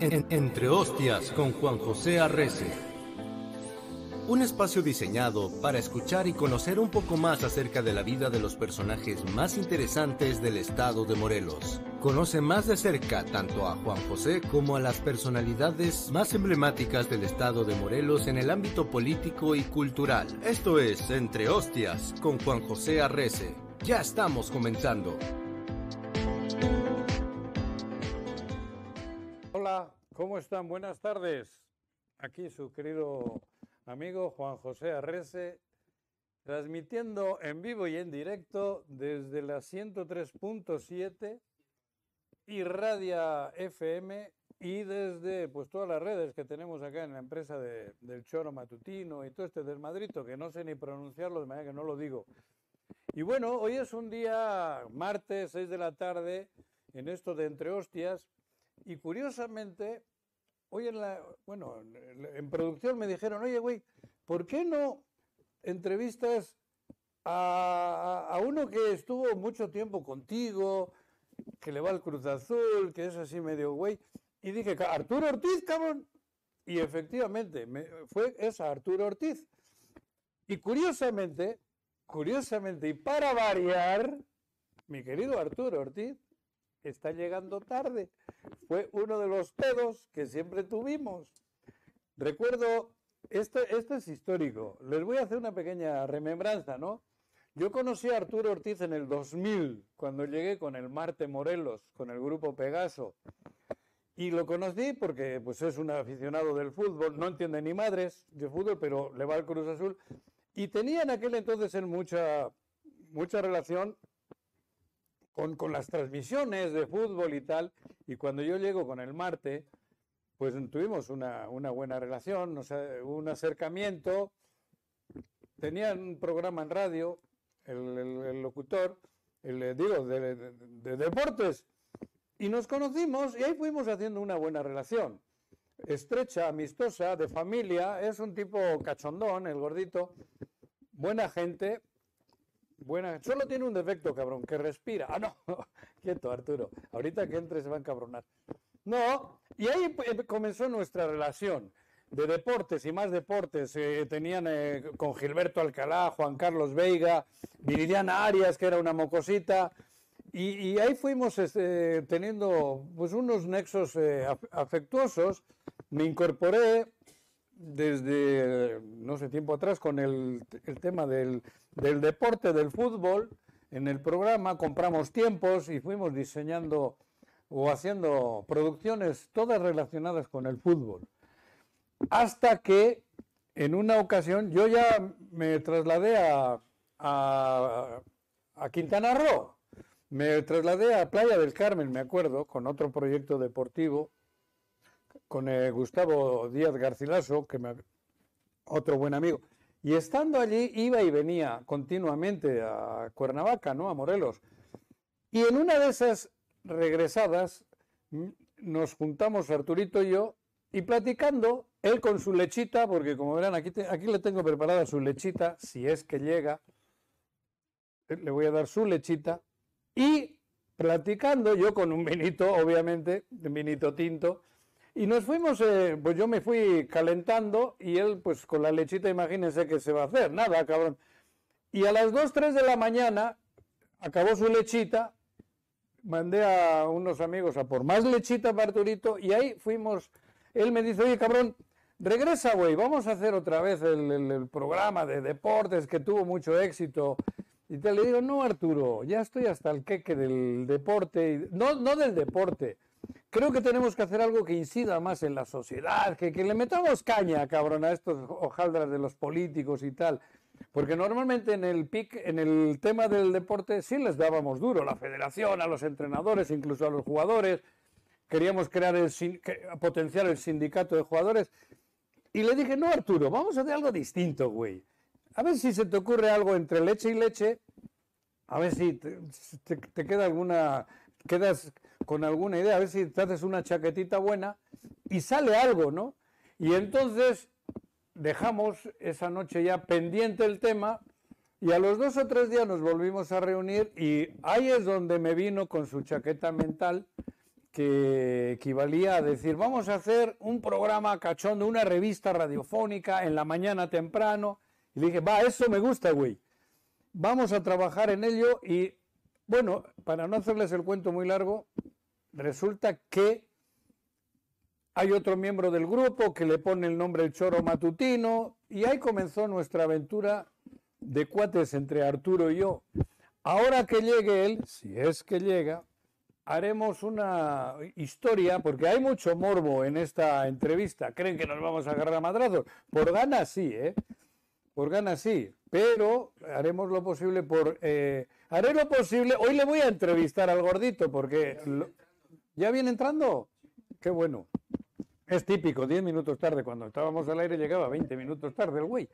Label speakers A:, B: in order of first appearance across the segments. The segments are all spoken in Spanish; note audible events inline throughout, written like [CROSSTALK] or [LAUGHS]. A: En- entre hostias con Juan José Arrece. Un espacio diseñado para escuchar y conocer un poco más acerca de la vida de los personajes más interesantes del estado de Morelos. Conoce más de cerca tanto a Juan José como a las personalidades más emblemáticas del estado de Morelos en el ámbito político y cultural. Esto es Entre Hostias con Juan José Arrece. Ya estamos comenzando.
B: Hola, ¿cómo están? Buenas tardes. Aquí su querido amigo Juan José Arrece, transmitiendo en vivo y en directo desde la 103.7 y Radia FM y desde pues todas las redes que tenemos acá en la empresa de- del Choro Matutino y todo este desmadrito que no sé ni pronunciarlo, de manera que no lo digo. Y bueno, hoy es un día martes, 6 de la tarde, en esto de Entre Hostias. Y curiosamente, hoy en la, bueno, en- en en producción me dijeron, oye, güey, ¿por qué no entrevistas a, a- a uno que estuvo mucho tiempo contigo, que le va al Cruz Azul, que es así medio güey? Y dije, "Ca- Arturo Ortiz, cabrón. Y efectivamente, me- fue, es Arturo Ortiz. Y curiosamente, curiosamente, y para variar, mi querido Arturo Ortiz está llegando tarde fue uno de los pedos que siempre tuvimos. Recuerdo, esto, esto es histórico. Les voy a hacer una pequeña remembranza, ¿no? Yo conocí a Arturo Ortiz en el 2000, cuando llegué con el Marte Morelos, con el grupo Pegaso. Y lo conocí porque pues, es un aficionado del fútbol, no entiende ni madres de fútbol, pero le va al Cruz Azul. Y tenía en aquel entonces él mucha, mucha relación con, con las transmisiones de fútbol y tal. Y cuando yo llego con el Marte, pues tuvimos una, una buena relación, o sea, un acercamiento. Tenía un programa en radio, el, el- el locutor, el, eh, digo, de, de- de deportes. Y nos conocimos y ahí fuimos haciendo una buena relación. Estrecha, amistosa, de familia. Es un tipo cachondón, el gordito. Buena gente, Buena, solo tiene un defecto, cabrón, que respira. Ah, no, [LAUGHS] quieto, Arturo. Ahorita que entre se va a encabronar. No, y ahí empe- comenzó nuestra relación de deportes y más deportes. eh, tenían eh, con Gilberto Alcalá, Juan Carlos Veiga, Viridiana Arias, que era una mocosita. Y, y ahí fuimos este, teniendo pues, unos nexos eh, af- afectuosos. Me incorporé desde, no sé, tiempo atrás con el, el tema del, del deporte, del fútbol. En el programa compramos tiempos y fuimos diseñando o haciendo producciones todas relacionadas con el fútbol. Hasta que en una ocasión yo ya me trasladé a, a, a Quintana Roo. Me trasladé a Playa del Carmen, me acuerdo, con otro proyecto deportivo con eh, Gustavo Díaz Garcilaso, que me, otro buen amigo. Y estando allí iba y venía continuamente a Cuernavaca, ¿no? A Morelos. Y en una de esas regresadas mm, nos juntamos Arturito y yo y platicando, él con su lechita, porque como verán, aquí, te- aquí le tengo preparada su lechita, si es que llega, eh, le voy a dar su lechita, y platicando yo con un vinito, obviamente, un vinito tinto, y nos fuimos, eh, pues yo me fui calentando y él, pues con la lechita, imagínense qué se va a hacer, nada, cabrón. Y a las 2, 3 de la mañana acabó su lechita, mandé a unos amigos a por más lechita para Arturito y ahí fuimos. Él me dice, oye, cabrón, regresa, güey, vamos a hacer otra vez el, el- el programa de deportes que tuvo mucho éxito. Y te le digo, no, Arturo, ya estoy hasta el queque del deporte, y- no, no del deporte. Creo que tenemos que hacer algo que incida más en la sociedad, que, que le metamos caña, cabrón, a estos hojaldras de los políticos y tal. Porque normalmente en el pic, en el tema del deporte, sí les dábamos duro, la federación, a los entrenadores, incluso a los jugadores. Queríamos crear el sin- que- potenciar el sindicato de jugadores. Y le dije, no, Arturo, vamos a hacer algo distinto, güey. A ver si se te ocurre algo entre leche y leche a ver si te, si te- te queda alguna, quedas con alguna idea, a ver si te haces una chaquetita buena y sale algo, ¿no? Y entonces dejamos esa noche ya pendiente el tema y a los dos o tres días nos volvimos a reunir y ahí es donde me vino con su chaqueta mental que equivalía a decir, vamos a hacer un programa cachondo, una revista radiofónica en la mañana temprano. Y le dije, va, eso me gusta, güey. Vamos a trabajar en ello y, bueno, para no hacerles el cuento muy largo, resulta que hay otro miembro del grupo que le pone el nombre El Choro Matutino y ahí comenzó nuestra aventura de cuates entre Arturo y yo. Ahora que llegue él, si es que llega, haremos una historia, porque hay mucho morbo en esta entrevista. Creen que nos vamos a agarrar a madrazos. Por ganas sí, ¿eh? Por ganas sí. Pero haremos lo posible por. eh, haré lo posible. Hoy le voy a entrevistar al gordito, porque. lo- ¿Ya viene entrando? Qué bueno. Es típico, 10 minutos tarde. Cuando estábamos al aire llegaba 20 minutos tarde el güey.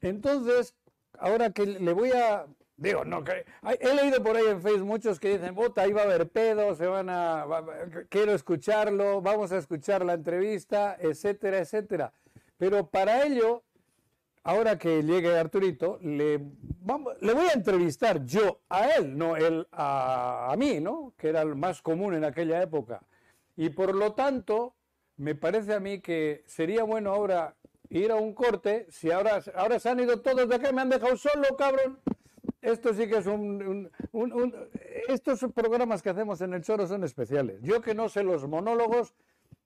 B: Entonces, ahora que le voy a. Digo, no, que, hay- he leído por ahí en Facebook muchos que dicen, bota, ahí va a haber pedo, se van a. va- va- quiero escucharlo, vamos a escuchar la entrevista, etcétera, etcétera. Pero para ello, ahora que llegue Arturito, le, vamos- le voy a entrevistar yo a él, no él a, a mí, ¿no? Que era el más común en aquella época. Y por lo tanto, me parece a mí que sería bueno ahora ir a un corte. Si ahora, ahora se han ido todos de acá, me han dejado solo, cabrón. Esto sí que es un, un- un- un- Estos programas que hacemos en el Choro son especiales. Yo que no sé los monólogos,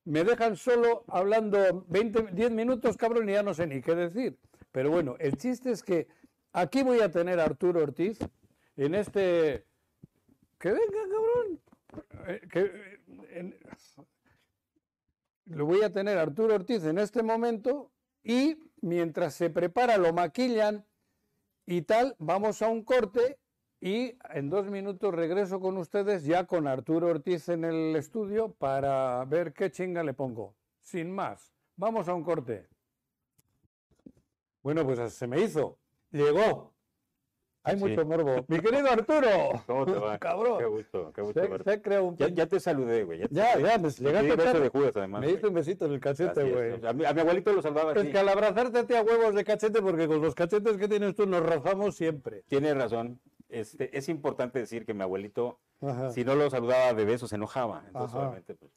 B: me dejan solo hablando 20, 10 minutos, cabrón, y ya no sé ni qué decir. Pero bueno, el chiste es que aquí voy a tener a Arturo Ortiz en este... Que venga, cabrón. Eh, que- en- lo voy a tener a Arturo Ortiz en este momento y mientras se prepara, lo maquillan y tal, vamos a un corte y en dos minutos regreso con ustedes ya con Arturo Ortiz en el estudio para ver qué chinga le pongo. Sin más, vamos a un corte. Bueno, pues se me hizo. Llegó. Hay
C: Sí.
B: mucho morbo. Mi querido Arturo.
C: ¿Cómo te va?
B: [LAUGHS] Cabrón.
C: Qué gusto, qué gusto
B: Se,
C: verte.
B: se creó un...
C: Ya, ya te saludé, güey. Ya, te
B: Ya,
C: saludé.
B: ya, me
C: Te di
B: llegaste
C: beso
B: tarde.
C: de Judas, además.
B: Me
C: güey.
B: diste un besito en el cachete,
C: Así es,
B: güey.
C: o sea, a, mi- a mi abuelito lo salvaba
B: Es
C: así.
B: que al abrazarte te a huevos de cachete, porque con los cachetes que tienes tú nos rozamos siempre.
C: Tiene razón. Este, es importante decir que mi abuelito,
B: Ajá.
C: si no lo saludaba de beso, se enojaba. Entonces,
B: Ah. Ajá.
C: obviamente, pues,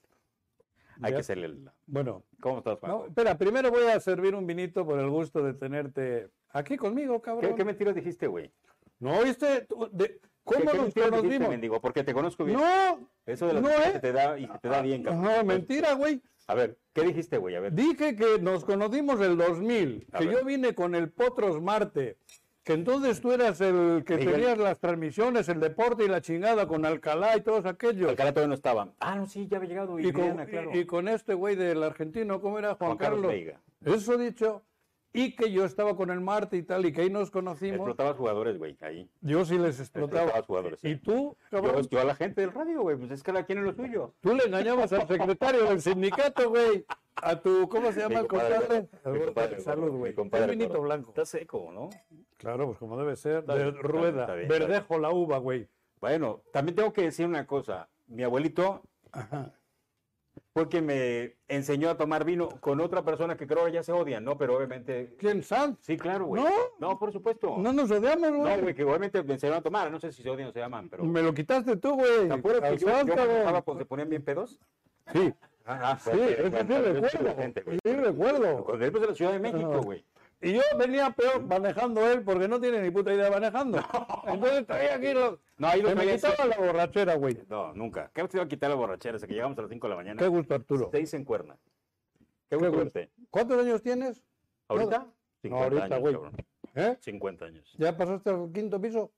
C: hay
B: Ya.
C: que hacerle el...
B: Bueno,
C: ¿Cómo estás,
B: no,
C: Paco?
B: espera, primero voy a servir un vinito por el gusto de tenerte aquí conmigo, cabrón.
C: ¿Qué, qué mentiras dijiste, güey?
B: ¿No oíste? Tú- de- ¿Cómo
C: ¿Qué, qué
B: nos
C: mentiras dijiste,
B: conocimos?
C: mendigo? Porque te conozco bien.
B: No,
C: Eso de las
B: no,
C: mentiras
B: ¿eh?
C: se te da y se te da bien, cabrón.
B: no, mentira, güey.
C: A ver, ¿qué dijiste, güey? A ver.
B: Dije que nos conocimos el 2000,
C: A
B: que
C: ver.
B: yo vine con el Potros Marte, que entonces tú eras el que
C: Miguel.
B: tenías las transmisiones, el deporte y la chingada con Alcalá y todos aquellos.
C: Alcalá todavía no estaba. Ah, no, sí, ya había llegado. Y,
B: Y con,
C: Diana, claro.
B: y- y con este güey del argentino, ¿cómo era? Juan,
C: Juan Carlos
B: Carlos.
C: Veiga.
B: Eso dicho, y que yo estaba con el Marte y tal, y que ahí nos conocimos.
C: Explotabas jugadores, güey, ahí.
B: Yo sí les
C: Explotabas
B: explotaba.
C: jugadores.
B: Y tú,
C: Yo,
B: cabrón,
C: yo a la gente del radio, güey, pues es que cada quien es lo suyo.
B: tú le engañabas al secretario del sindicato, güey. A tu, ¿cómo se
C: Mi
B: llama el
C: compadre,
B: compadre?
C: mi compadre, mi
B: Salud,
C: compadre,
B: güey.
C: mi compadre,
B: Un vinito
C: gordo.
B: blanco.
C: Está seco, ¿no?
B: Claro, pues como debe ser.
C: Está
B: de
C: bien, está bien,
B: rueda.
C: está bien, está bien.
B: Verdejo la uva, güey.
C: Bueno, también tengo que decir una cosa. Mi abuelito fue quien me enseñó a tomar vino con otra persona que creo que ya se odian, ¿no? Pero obviamente...
B: ¿Quién Sanz?
C: Sí, claro, güey.
B: ¿No?
C: por supuesto.
B: No nos odiamos, güey.
C: No, güey, que obviamente me enseñaron a tomar. No sé si se odian o se aman, pero...
B: Me lo quitaste tú, güey.
C: ¿Te acuerdas
B: Al
C: que yo,
B: Sanz,
C: yo cuando
B: cabrón.
C: estaba, pues, se ponían bien pedos?
B: Sí.
C: Ah, ah,
B: Sí,
C: bueno,
B: eso sí
C: bueno, yo soy
B: recuerdo.
C: inocente, güey.
B: Sí recuerdo.
C: Cuando él pues, de la Ciudad de México, güey.
B: Y yo venía peor manejando él porque no tiene ni puta idea de manejando. Entonces traía aquí los...
C: No, ahí lo
B: Se me
C: traía así.
B: quitaba la borrachera, güey.
C: No, nunca. ¿Qué te iba a quitar la borrachera? Hasta que llegamos a las 5 de la mañana.
B: Qué gusto, Arturo.
C: Seis en cuerna. Qué
B: Qué
C: gusto
B: gusto.
C: verte.
B: ¿Cuántos años tienes?
C: ¿Ahorita?
B: No, ahorita,
C: años,
B: güey.
C: cabrón.
B: ¿Eh?
C: 50 años.
B: ¿Ya pasaste al quinto piso?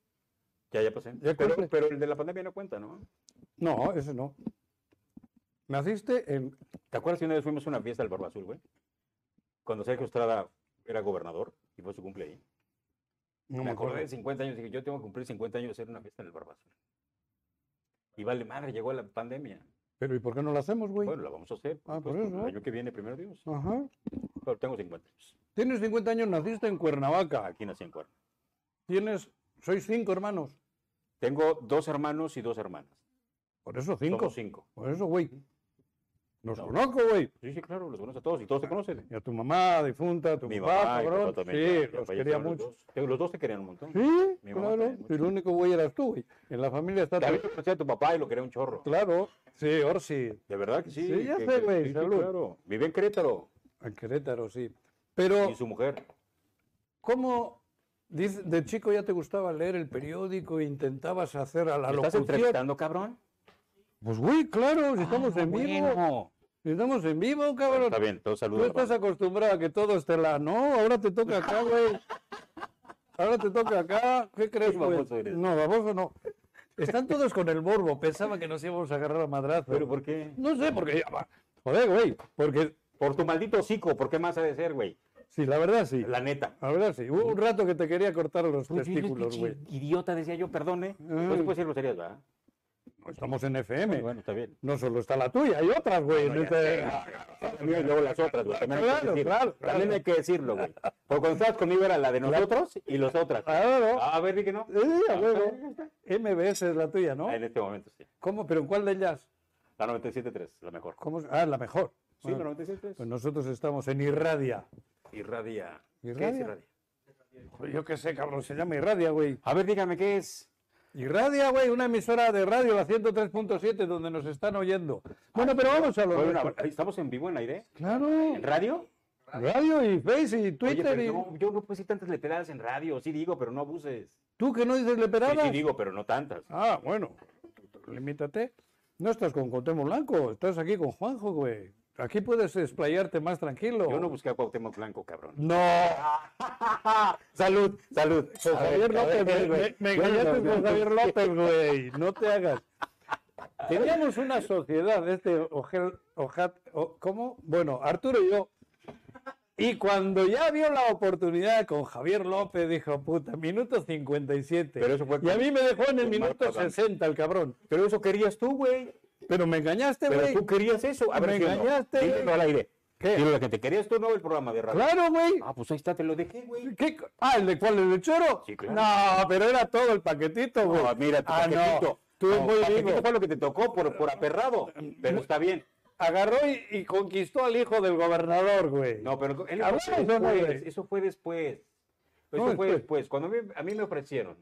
C: Ya, ya pasé.
B: Ya cumple.
C: pero, pero el de la pandemia no cuenta, ¿no?
B: No, ese no. Naciste en...
C: ¿Te acuerdas que una vez fuimos a una fiesta al Barba Azul, güey? Cuando Sergio Estrada era gobernador y fue su cumple ahí.
B: No
C: me, acordé de 50 años y dije, yo tengo que cumplir 50 años de hacer una fiesta en el Barba Azul. Y vale madre, llegó la pandemia.
B: Pero ¿y por qué no lo hacemos, güey?
C: Bueno, la vamos a hacer.
B: Ah, por
C: pues,
B: eso.
C: El año que viene, primero Dios.
B: Ajá.
C: Pero tengo 50 años.
B: Tienes 50 años, naciste en Cuernavaca.
C: Aquí nací en Cuerna.
B: Tienes... Sois cinco hermanos.
C: Tengo dos hermanos y dos hermanas.
B: Por eso
C: Somos
B: cinco.
C: cinco.
B: Por eso, güey. Los
C: No.
B: conozco, güey.
C: Sí, sí, claro, los conoce a todos y todos se conocen.
B: Y a tu mamá difunta, a Ah. tu
C: Mi
B: papá,
C: mamá y mi
B: cabrón.
C: papá también.
B: sí,
C: ya- ya
B: los
C: fallecieron
B: quería
C: los
B: mucho.
C: dos. Te- Los dos te querían un montón.
B: Sí,
C: Mi mamá
B: claro.
C: también,
B: El único güey eras tú, güey. En la familia está
C: También
B: tu...
C: conocía a tu papá y lo quería un chorro.
B: Claro. Sí, Orsi.
C: De verdad que sí.
B: Sí, ya
C: que-
B: sé,
C: que-
B: güey,
C: sí, sí,
B: salud.
C: claro. Vive en Querétaro.
B: En Querétaro, sí. Pero,
C: Y su mujer.
B: ¿cómo dice- de chico ya te gustaba leer el periódico e intentabas hacer a la
C: ¿Me estás
B: locución?
C: entrevistando, cabrón?
B: Pues, güey, claro, si estamos en vivo.
C: Ah, Bueno.
B: Si estamos en vivo, cabrón.
C: Está bien, todos
B: Tú
C: saludos.
B: estás acostumbrado a que todo esté la, no, ahora te toca acá, güey. Ahora te toca acá. ¿Qué crees,
C: Qué
B: güey?
C: baboso eres.
B: No, baboso no. Están todos con el morbo. Pensaba que nos íbamos a agarrar a madrazo.
C: ¿Pero por qué?
B: No sé, porque... Joder, güey. Porque,
C: Por tu maldito hocico, ¿por qué más ha de ser, güey?
B: sí, la verdad sí.
C: La neta.
B: La verdad sí. Hubo un rato que te quería cortar los
C: Uy, uy, uy,
B: testículos,
C: pinche
B: güey.
C: Idiota, decía yo, perdone.
B: Ay.
C: Pues puedes decir groserías, ¿verdad?
B: Estamos en FM.
C: Bueno, está bien.
B: No solo está la tuya, hay otras, güey. en
C: ya
B: este-
C: Y luego las otras, güey. También, hay que
B: Claro,
C: decirlo.
B: claro, claro.
C: También hay que decirlo, güey. Porque cuando estabas conmigo era la de nosotros y las otras.
B: Claro.
C: A ver, di que no.
B: Ah, Sí, a
C: Ah,
B: huevo.
C: está bien, está bien.
B: MBS es la tuya, ¿no?
C: Ah, En este momento, sí.
B: ¿Cómo? ¿Pero en cuál de ellas?
C: La 97.3, la mejor.
B: ¿Cómo? se- Ah, la mejor.
C: Sí,
B: Bueno,
C: la 97.3.
B: pues nosotros estamos en Irradia.
C: Irradia. ¿Qué es
B: Irradia.
C: Irradia?
B: Yo qué sé, cabrón, se llama Irradia, güey.
C: A ver, dígame, ¿qué es?
B: Irradia, güey, una emisora de radio, la 103.7, donde nos están oyendo. Bueno, pero vamos a
C: Oye,
B: lo
C: una-
B: nuestro.
C: ¿Estamos en vivo en aire?
B: Claro,
C: ¿En radio?
B: radio y Face y
C: Oye,
B: Twitter.
C: pero
B: y...
C: no, yo no puedo decir tantas leteradas en radio. Sí digo, pero no abuses.
B: ¿Tú que no dices
C: Sí,
B: leperadas?
C: sí digo, pero no tantas.
B: Ah, bueno, limítate. No estás con Contemo Blanco, estás aquí con Juanjo, güey. Aquí puedes explayarte más tranquilo.
C: Yo no busqué a Cuauhtémoc Blanco, cabrón.
B: No, [LAUGHS]
C: salud, salud.
B: con Javier López, me- me, me engañaste con Javier López, güey. No te hagas. Teníamos una sociedad, este Ojel, Ojat, o- ¿cómo? Bueno, Arturo y yo. Y cuando ya vio la oportunidad con Javier López, dijo, puta, minuto 57.
C: Pero eso fue
B: y a
C: con-
B: mí me dejó en el
C: con
B: minuto
C: Marco Adame.
B: 60, el cabrón.
C: Pero eso querías tú, güey.
B: Pero me engañaste,
C: Pero
B: güey.
C: tú querías eso. A
B: Me
C: ver, sí o no.
B: engañaste,
C: Dilo
B: güey.
C: no al aire.
B: ¿Qué?
C: Dilo lo que te querías tú, no el programa de radio.
B: Claro, güey.
C: Ah, pues ahí está, te lo dejé, güey.
B: ¿Qué co- Ah, ¿el de cuál? ¿El de Choro?
C: Sí, claro.
B: No, pero era todo el paquetito, güey.
C: No, mira, tu
B: ah,
C: paquetito.
B: no. Tú
C: No,
B: muy
C: paquetito
B: vivo.
C: fue lo que te tocó por, por aperrado. Pero está bien.
B: Agarró y, y conquistó al hijo del gobernador, güey.
C: No, pero él-
B: Hablamos,
C: eso,
B: ¿no,
C: fue,
B: Ah, güey?
C: eso fue después. Eso
B: No,
C: fue
B: después.
C: después. Cuando a mí, a mí me ofrecieron.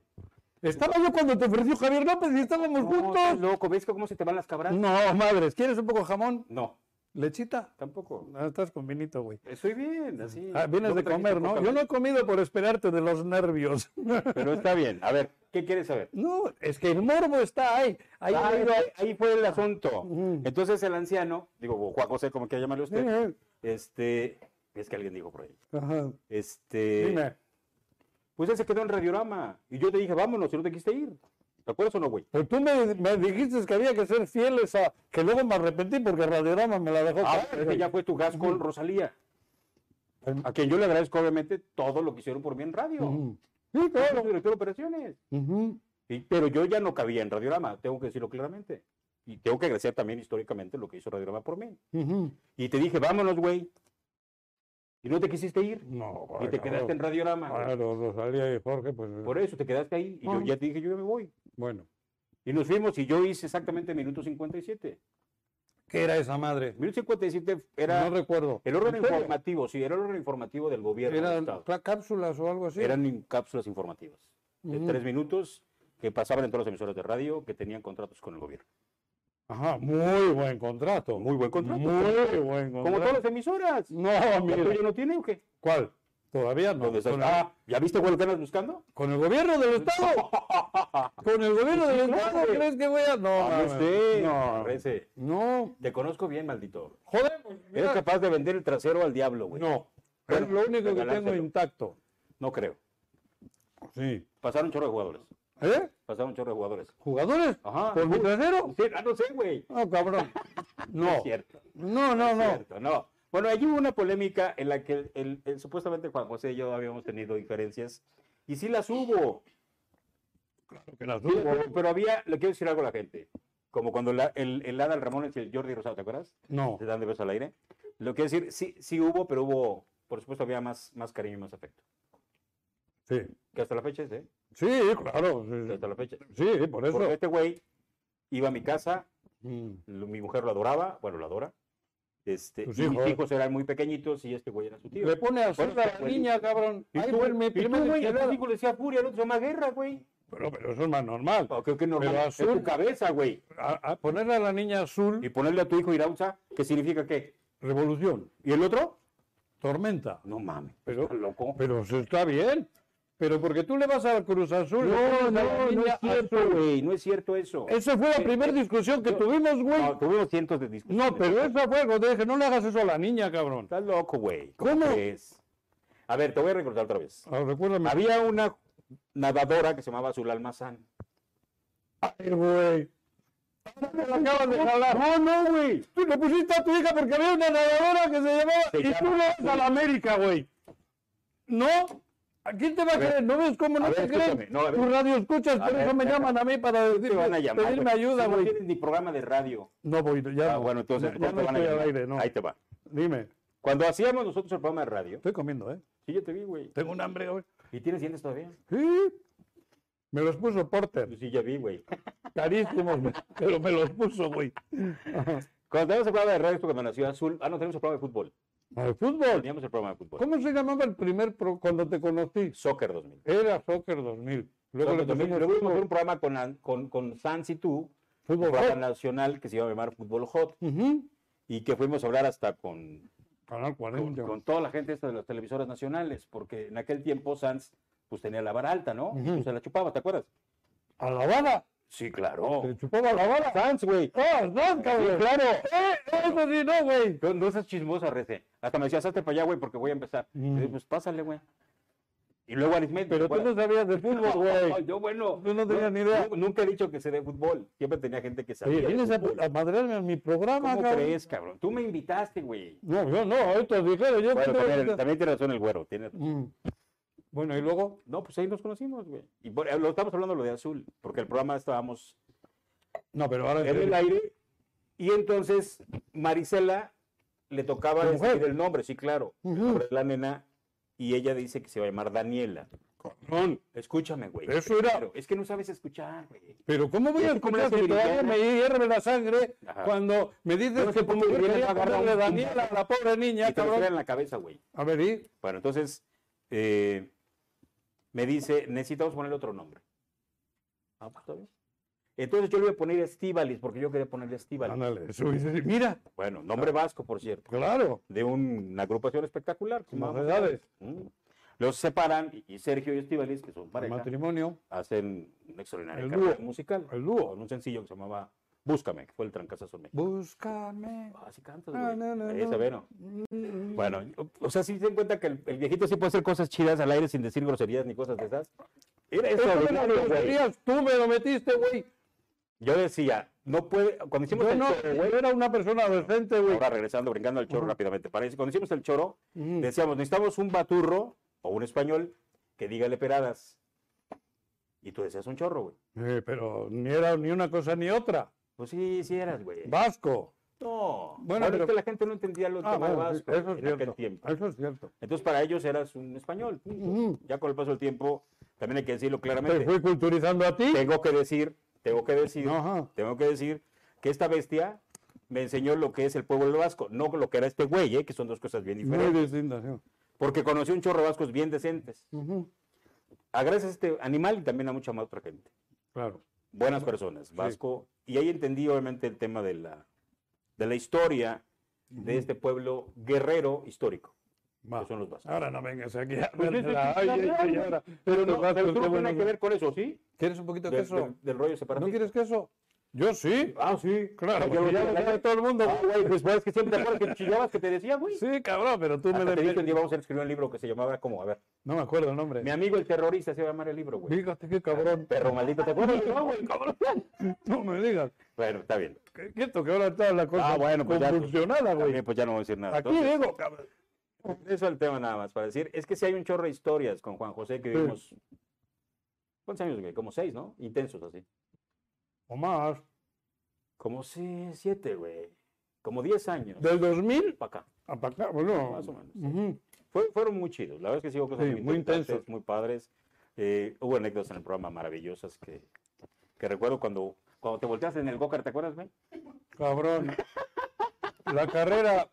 B: Estaba yo cuando te ofreció Javier López y estábamos
C: No, estás
B: juntos.
C: loco, ¿ves cómo se te van las cabras?
B: No, madres. ¿Quieres un poco de jamón?
C: No,
B: ¿Lechita?
C: tampoco.
B: No, estás con vinito, güey.
C: Estoy bien, así.
B: Ah, vienes
C: No
B: de
C: trajiste
B: comer, ¿no?
C: coca,
B: Yo no
C: güey.
B: he comido por esperarte de los nervios. [LAUGHS]
C: Pero está bien. A ver, ¿qué quieres saber?
B: no, es que el morbo está ahí. Ahí Mm.
C: Ah,
B: ahí,
C: ahí,
B: ahí.
C: ahí fue el asunto.
B: Ujú.
C: Entonces eh, el anciano, digo, o Juan José, como quiera llamarle usted,
B: Sí,
C: este, es que alguien dijo por ahí,
B: sí. Ajá.
C: este,
B: Dime.
C: pues él se quedó en Radiorama. Y yo te dije, vámonos, si no te quisiste ir. ¿Te acuerdas o no, güey?
B: Pero tú me, me dijiste que había que ser fieles a... Que luego me arrepentí porque Radiorama me la dejó. caer,
C: Ahora es que
B: Ah, pues, güey.
C: Ah, ya fue tu gas con Rosalía.
B: Ujú.
C: A quien yo le agradezco, obviamente, todo lo que hicieron por mí en radio.
B: Ujú.
C: Sí, claro. director de operaciones.
B: Ujú.
C: Sí, pero yo ya no cabía en Radiorama, tengo que decirlo claramente. Y tengo que agradecer también históricamente lo que hizo Radiorama por mí.
B: Ujú.
C: Y te dije, vámonos, güey. Y no te quisiste ir.
B: No,
C: Y te
B: bueno,
C: quedaste en Radiorama. güey.
B: Claro, Rosalía y Jorge, pues...
C: Por eso te quedaste ahí. Y yo
B: Ah.
C: ya te dije, yo ya me voy.
B: Bueno.
C: Y nos fuimos y yo hice exactamente minuto 57.
B: ¿Qué era esa madre?
C: Minuto 57 era
B: no recuerdo.
C: el órgano
B: ¿En serio?
C: informativo, sí, era el órgano informativo del gobierno. del
B: ¿Eran
C: Estado.
B: cla- cápsulas o algo así?
C: Eran in- cápsulas informativas. De
B: Ujú.
C: tres minutos que pasaban en todas las emisoras de radio que tenían contratos con el gobierno.
B: Ajá, muy buen contrato.
C: Muy buen contrato.
B: Muy buen
C: Como todas
B: contrato.
C: las emisoras.
B: No,
C: ¿La
B: mira.
C: tuya no tiene o qué?
B: ¿Cuál? Todavía no.
C: ¿Dónde estás?
B: Con,
C: Ah, ¿ya viste güey, lo que
B: [LAUGHS]
C: andas buscando? Ah,
B: con el gobierno del Estado.
C: [LAUGHS]
B: Con el gobierno
C: Sí,
B: del
C: claro,
B: Estado,
C: güey.
B: ¿crees que voy a...? No,
C: Ah,
B: mames.
C: usted,
B: no.
C: parece.
B: No.
C: Te conozco bien, maldito.
B: Joder, pues,
C: Eres
B: mira.
C: capaz de vender el trasero al diablo, güey.
B: No.
C: Bueno,
B: es lo único que tengo
C: regalárselo.
B: intacto.
C: No creo.
B: Sí.
C: Pasaron un chorro de jugadores.
B: ¿Eh?
C: Pasaron un chorro de jugadores.
B: ¿Jugadores?
C: Ajá.
B: ¿Por mi
C: Uh,
B: trasero?
C: sí, ah, no sé, güey.
B: No, cabrón.
C: No
B: No.
C: es cierto.
B: No, no,
C: No. es
B: no.
C: cierto, no. Bueno, allí hubo una polémica en la que el- el- el- supuestamente Juan José y yo habíamos tenido diferencias. Y sí las hubo.
B: Que las
C: Sí las hubo, pero había, le quiero decir algo a la gente. Como cuando la- el, el Adal Ramones y el Jordi Rosado, ¿te acuerdas?
B: No.
C: Se dan de beso al aire. Lo que decir, sí, sí hubo, pero hubo, por supuesto, había más, más cariño y más afecto.
B: Sí.
C: Que hasta la fecha es, ¿eh?
B: Sí, claro. sí,
C: Que hasta la fecha.
B: Sí, sí, por eso.
C: Porque este güey iba a mi casa,
B: Mm.
C: lo- mi mujer lo adoraba, bueno, lo adora, Este,
B: Tus
C: y mis
B: hijos.
C: hijos eran muy pequeñitos y este güey era su tío.
B: Le pone a
C: Bueno,
B: Suda a la
C: abuelito.
B: niña, cabrón.
C: Y
B: Ahí
C: tú,
B: fue mi
C: y tú,
B: prima
C: güey, el
B: desquiciada.
C: artículo decía furia, el otro se llama guerra, güey.
B: Pero, pero eso es más normal.
C: Ah, Creo que es normal.
B: Pero
C: Es tu
B: azul.
C: cabeza, güey.
B: A, a ponerle a la niña azul,
C: Y ponerle a tu hijo Irauza, ¿qué significa qué?
B: revolución,
C: ¿Y el otro?
B: tormenta.
C: No mames.
B: Pero-
C: estás loco.
B: Pero eso está bien. Pero porque tú le vas al Cruz Azul. le
C: no,
B: pones a la
C: no, no
B: niña
C: es cierto,
B: azul.
C: güey. No es cierto eso.
B: Esa fue la primera discusión que tuvimos, güey.
C: Eh, No, tuvimos cientos de discusiones.
B: No, pero esa fue cuando dije, no le hagas eso a la niña, cabrón.
C: Estás loco, güey. ¿Cómo?
B: ¿Cómo?
C: crees? A ver, te voy a recordar otra vez.
B: Ah, recuérdame.
C: Había una nadadora que se llamaba Azul Almazán.
B: Ay, eh, güey. Ahora me lo acabas de jalar. No, no, güey. Tú le pusiste a tu hija porque había una nadadora que se llamaba.
C: Se
B: y
C: llama-
B: tú le vas a la América, güey. ¿No? ¿A quién te va a,
C: ver.
B: creer? ¿No ves cómo no
C: A ver,
B: te creen?
C: escúchame. No, a ver.
B: tu radio escuchas, por
C: ver,
B: eso me
C: ya.
B: llaman a mí para
C: Te
B: decir,
C: van a llamar.
B: pedirme
C: güey.
B: ayuda,
C: Si
B: güey.
C: No tienes ni programa de radio.
B: No voy, ya.
C: Ah,
B: no.
C: bueno, entonces
B: ya,
C: ¿cómo
B: ya no
C: te van a
B: estoy al
C: llamar?
B: aire, no.
C: Ahí te va.
B: Dime,
C: Cuando hacíamos nosotros el programa de radio,
B: estoy comiendo, ¿eh?
C: sí, yo te vi, güey.
B: Tengo un hambre, güey.
C: ¿Y tienes dientes todavía?
B: Sí. Me los puso Porter.
C: Sí, ya vi, güey.
B: Carísimos, güey, [LAUGHS] pero me los puso, güey.
C: Cuando teníamos el programa de radio, esto cuando nació Azul. Ah, no, tenemos el programa de fútbol.
B: Al fútbol.
C: Teníamos el programa de fútbol.
B: ¿Cómo se llamaba el primer pro cuando te conocí?
C: Soccer 2000.
B: Era Soccer 2000. Luego le
C: Soccer 2000.
B: pusimos
C: Luego íbamos a hacer
B: fútbol,
C: un programa con, la- con, con Sans y tú, un
B: fútbol.
C: programa nacional que se iba a llamar Fútbol Hot,
B: Ujú.
C: y que fuimos a hablar hasta con,
B: Canal
C: con,
B: 40.
C: con toda la gente esta de las televisoras nacionales, porque en aquel tiempo Sans pues tenía la vara alta, ¿no?
B: Ujú.
C: Pues, se la chupaba, ¿te acuerdas?
B: A la vara.
C: Sí, claro.
B: Se le chupaba la vara.
C: Sans, güey.
B: ¡Ah, no, cabrón! ¡Claro! ¡Eh! Eso sí, no, güey.
C: No, no seas chismosa, Rece. Hasta me decías, hazte para allá, güey, porque voy a empezar. Y
B: Mm.
C: yo, pues pásale, güey. Y luego Arismet.
B: Pero tú no sabías de
C: [LAUGHS]
B: fútbol, güey.
C: Yo, bueno.
B: Tú no tenías ni idea.
C: nu- Nunca he dicho que sé de fútbol. Siempre tenía gente que sabía.
B: Oye,
C: de
B: vienes a,
C: fútbol.
B: a madrearme a mi programa,
C: ¿Cómo
B: cabrón.
C: crees, cabrón? Tú me invitaste, güey.
B: No, yo no, esto dijeron, yo
C: Bueno,
B: creo que-
C: también, también tiene razón el güero. tiene-
B: Mm. Bueno, y luego,
C: No, pues ahí nos conocimos, güey. Y por- eh, lo estamos hablando lo de azul, porque el programa estábamos
B: no, pero ahora
C: en el aire. Y entonces Marisela le tocaba
B: ¿La
C: decir
B: mujer?
C: el nombre, sí, claro. el
B: Ujú.
C: nombre de La nena. Y ella dice que se va a llamar Daniela.
B: Cabrón,
C: Escúchame, güey.
B: Eso era-
C: Primero, Es que no sabes escuchar, güey.
B: Pero ¿cómo voy
C: Ya
B: a
C: te comes
B: escuchar
C: la
B: que todavía me
C: americana.
B: hierve la sangre
C: Ajá.
B: cuando me
C: Yo
B: dices
C: no sé
B: que tu
C: cómo
B: mujer
C: vienes
B: quería
C: a agarrar
B: ponerle
C: un-
B: Daniela a la pobre niña,
C: Y te lo traen
B: cabrón?
C: en la cabeza, güey.
B: A ver, ¿y?
C: Bueno, entonces eh, me dice, necesitamos poner otro nombre. Ah, pues está bien. Entonces yo le voy a poner Estíbalis, porque yo quería ponerle Estíbalis.
B: Ándale, eso dice, mira,
C: Bueno, nombre vasco, por cierto,
B: claro,
C: de un- una agrupación espectacular. que se llama-
B: novedades,
C: Mm. Los separan y- y Sergio y Estíbalis, que son
B: el
C: pareja,
B: matrimonio,
C: hacen un extraordinario
B: El
C: carrera
B: dúo.
C: musical.
B: El dúo.
C: Con un sencillo que se llamaba Búscame, que fue el trancazazo en México.
B: búscame.
C: Ah, sí cantas,
B: Ah,
C: güey.
B: no, no,
C: Ahí
B: no.
C: se ve, ¿no? Bueno, o, o sea, si se dan cuenta que el, el viejito sí puede hacer cosas chidas al aire sin decir groserías ni cosas de esas. Era
B: Eso me lo
C: extraordinario, güey.
B: groserías, tú me lo metiste, güey.
C: Yo decía, no puede. Cuando hicimos
B: Yo
C: el
B: no,
C: choro, güey,
B: yo era una persona decente, güey.
C: ahora regresando, brincando al choro rápidamente, parece. Cuando hicimos el choro,
B: Mm.
C: decíamos, necesitamos un baturro o un español que diga leperadas. Y tú decías un chorro, güey.
B: Eh, pero ni era ni una cosa ni otra.
C: Pues sí, sí eras, güey.
B: Vasco.
C: No.
B: Bueno,
C: Bueno, es
B: pero-
C: que la gente no entendía los
B: Ah, bueno,
C: temas
B: sí,
C: vascos
B: eso es
C: en aquel
B: cierto. Ah,
C: tiempo.
B: Eso es cierto.
C: Entonces, para ellos eras un español. punto.
B: Ujú.
C: Ya con el paso del tiempo, también hay que decirlo
B: Te
C: claramente.
B: fui culturizando a ti.
C: Tengo que decir, tengo que decir,
B: Ajá.
C: tengo que decir que esta bestia me enseñó lo que es el pueblo vasco, no lo que era este güey, ¿eh? que son dos cosas bien
B: Muy
C: diferentes.
B: distinta. sí.
C: Porque conocí un chorro de vascos bien decentes.
B: Ujú.
C: A gracias a este animal y también a mucha más otra gente.
B: Claro.
C: Buenas personas, vasco. Y ahí entendí obviamente el tema de la, de la historia de este pueblo guerrero histórico,
B: Va.
C: que son los vascos.
B: Ahora no vengas aquí [LAUGHS] a
C: Pues es que
B: verla. Ay, ay, ay, ahora.
C: Pero
B: Estos
C: no, pero
B: Ah, vascos,
C: tú
B: qué
C: no tiene
B: buenos.
C: que ver con eso, ¿sí?
B: ¿Quieres un poquito de
C: Del,
B: queso?
C: del- del rollo
B: ¿No
C: separatista.
B: quieres queso? Yo sí.
C: Ah, sí,
B: Claro,
C: Yo
B: porque
C: lo
B: ya lo
C: dije,
B: sabe todo el mundo.
C: Ah, güey, pues pues, es que [LAUGHS] siempre te acuerdas que chillabas que te decía, güey.
B: Sí, cabrón, pero tú me
C: Hasta te dije
B: defendes.
C: un día vamos a escribir un libro que se llamaba como, a ver,
B: No me acuerdo el nombre.
C: mi amigo el terrorista se va a llamar el libro, güey.
B: Fíjate qué cabrón. [LAUGHS]
C: Perro maldito, ¿te acuerdas? No, güey, cabrón.
B: No me digas.
C: Bueno, está bien.
B: Que- Quieto que ahora está la cosa
C: Ah, bueno, pues ya. Pues,
B: convulsionada, güey.
C: también, pues ya no voy a decir nada.
B: Aquí
C: Entonces,
B: digo, cabrón.
C: eso es el tema nada más para decir. Es que si hay un chorro de historias con Juan José que
B: Sí.
C: vivimos. ¿Cuántos años, güey? Como seis, ¿no? Intensos así.
B: O más.
C: Como seis, siete, güey. Como diez años.
B: Del 2000
C: Para acá.
B: a pa' acá, boludo.
C: Más o menos, sí.
B: Ujú.
C: Fue- fueron muy chidos. La verdad es que sí hubo cosas
B: Sí,
C: muy,
B: muy
C: interesantes,
B: intensos.
C: muy padres. Eh, hubo anécdotas en el programa maravillosas que, que recuerdo cuando, cuando te volteaste en el Gokart, ¿te acuerdas, güey?
B: Cabrón. la carrera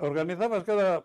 B: organizabas cada.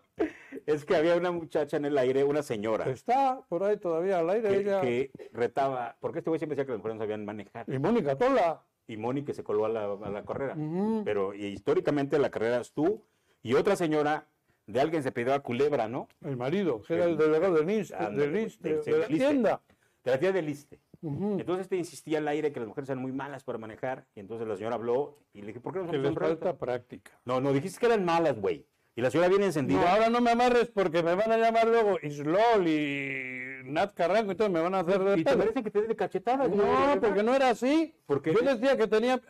C: Es que había una muchacha en el aire, una señora,
B: Está por ahí todavía al aire
C: que,
B: Pues, ella.
C: que retaba, porque este güey siempre decía que las mujeres no sabían manejar,
B: Y Mónica Tola.
C: y Moni que se coló a la, a la carrera.
B: Ujú.
C: Pero y históricamente la carrera es tú y otra señora de alguien se pidió a Culebra, ¿no?
B: El marido, que era el
C: El-
B: delegado del NIS,
C: Ándale,
B: del NIS,
C: del
B: de, de la
C: Liste.
B: tienda.
C: De la tía del Liste.
B: Ujú.
C: Entonces te insistía al aire que las mujeres eran muy malas para manejar, y entonces la señora habló y le dije, ¿por qué no
B: Que
C: hacemos
B: les
C: un reto?".
B: falta práctica.
C: No, no, dijiste que eran malas, güey. Y la señora viene
B: No,
C: encendida.
B: ahora no me amarres porque me van a llamar luego Islol y Nat Carranco y todo, me van a hacer de
C: y te
B: pedo.
C: parece que te dé de cachetadas.
B: No, porque no era así.
C: ¿Por qué?
B: Yo decía que tenía.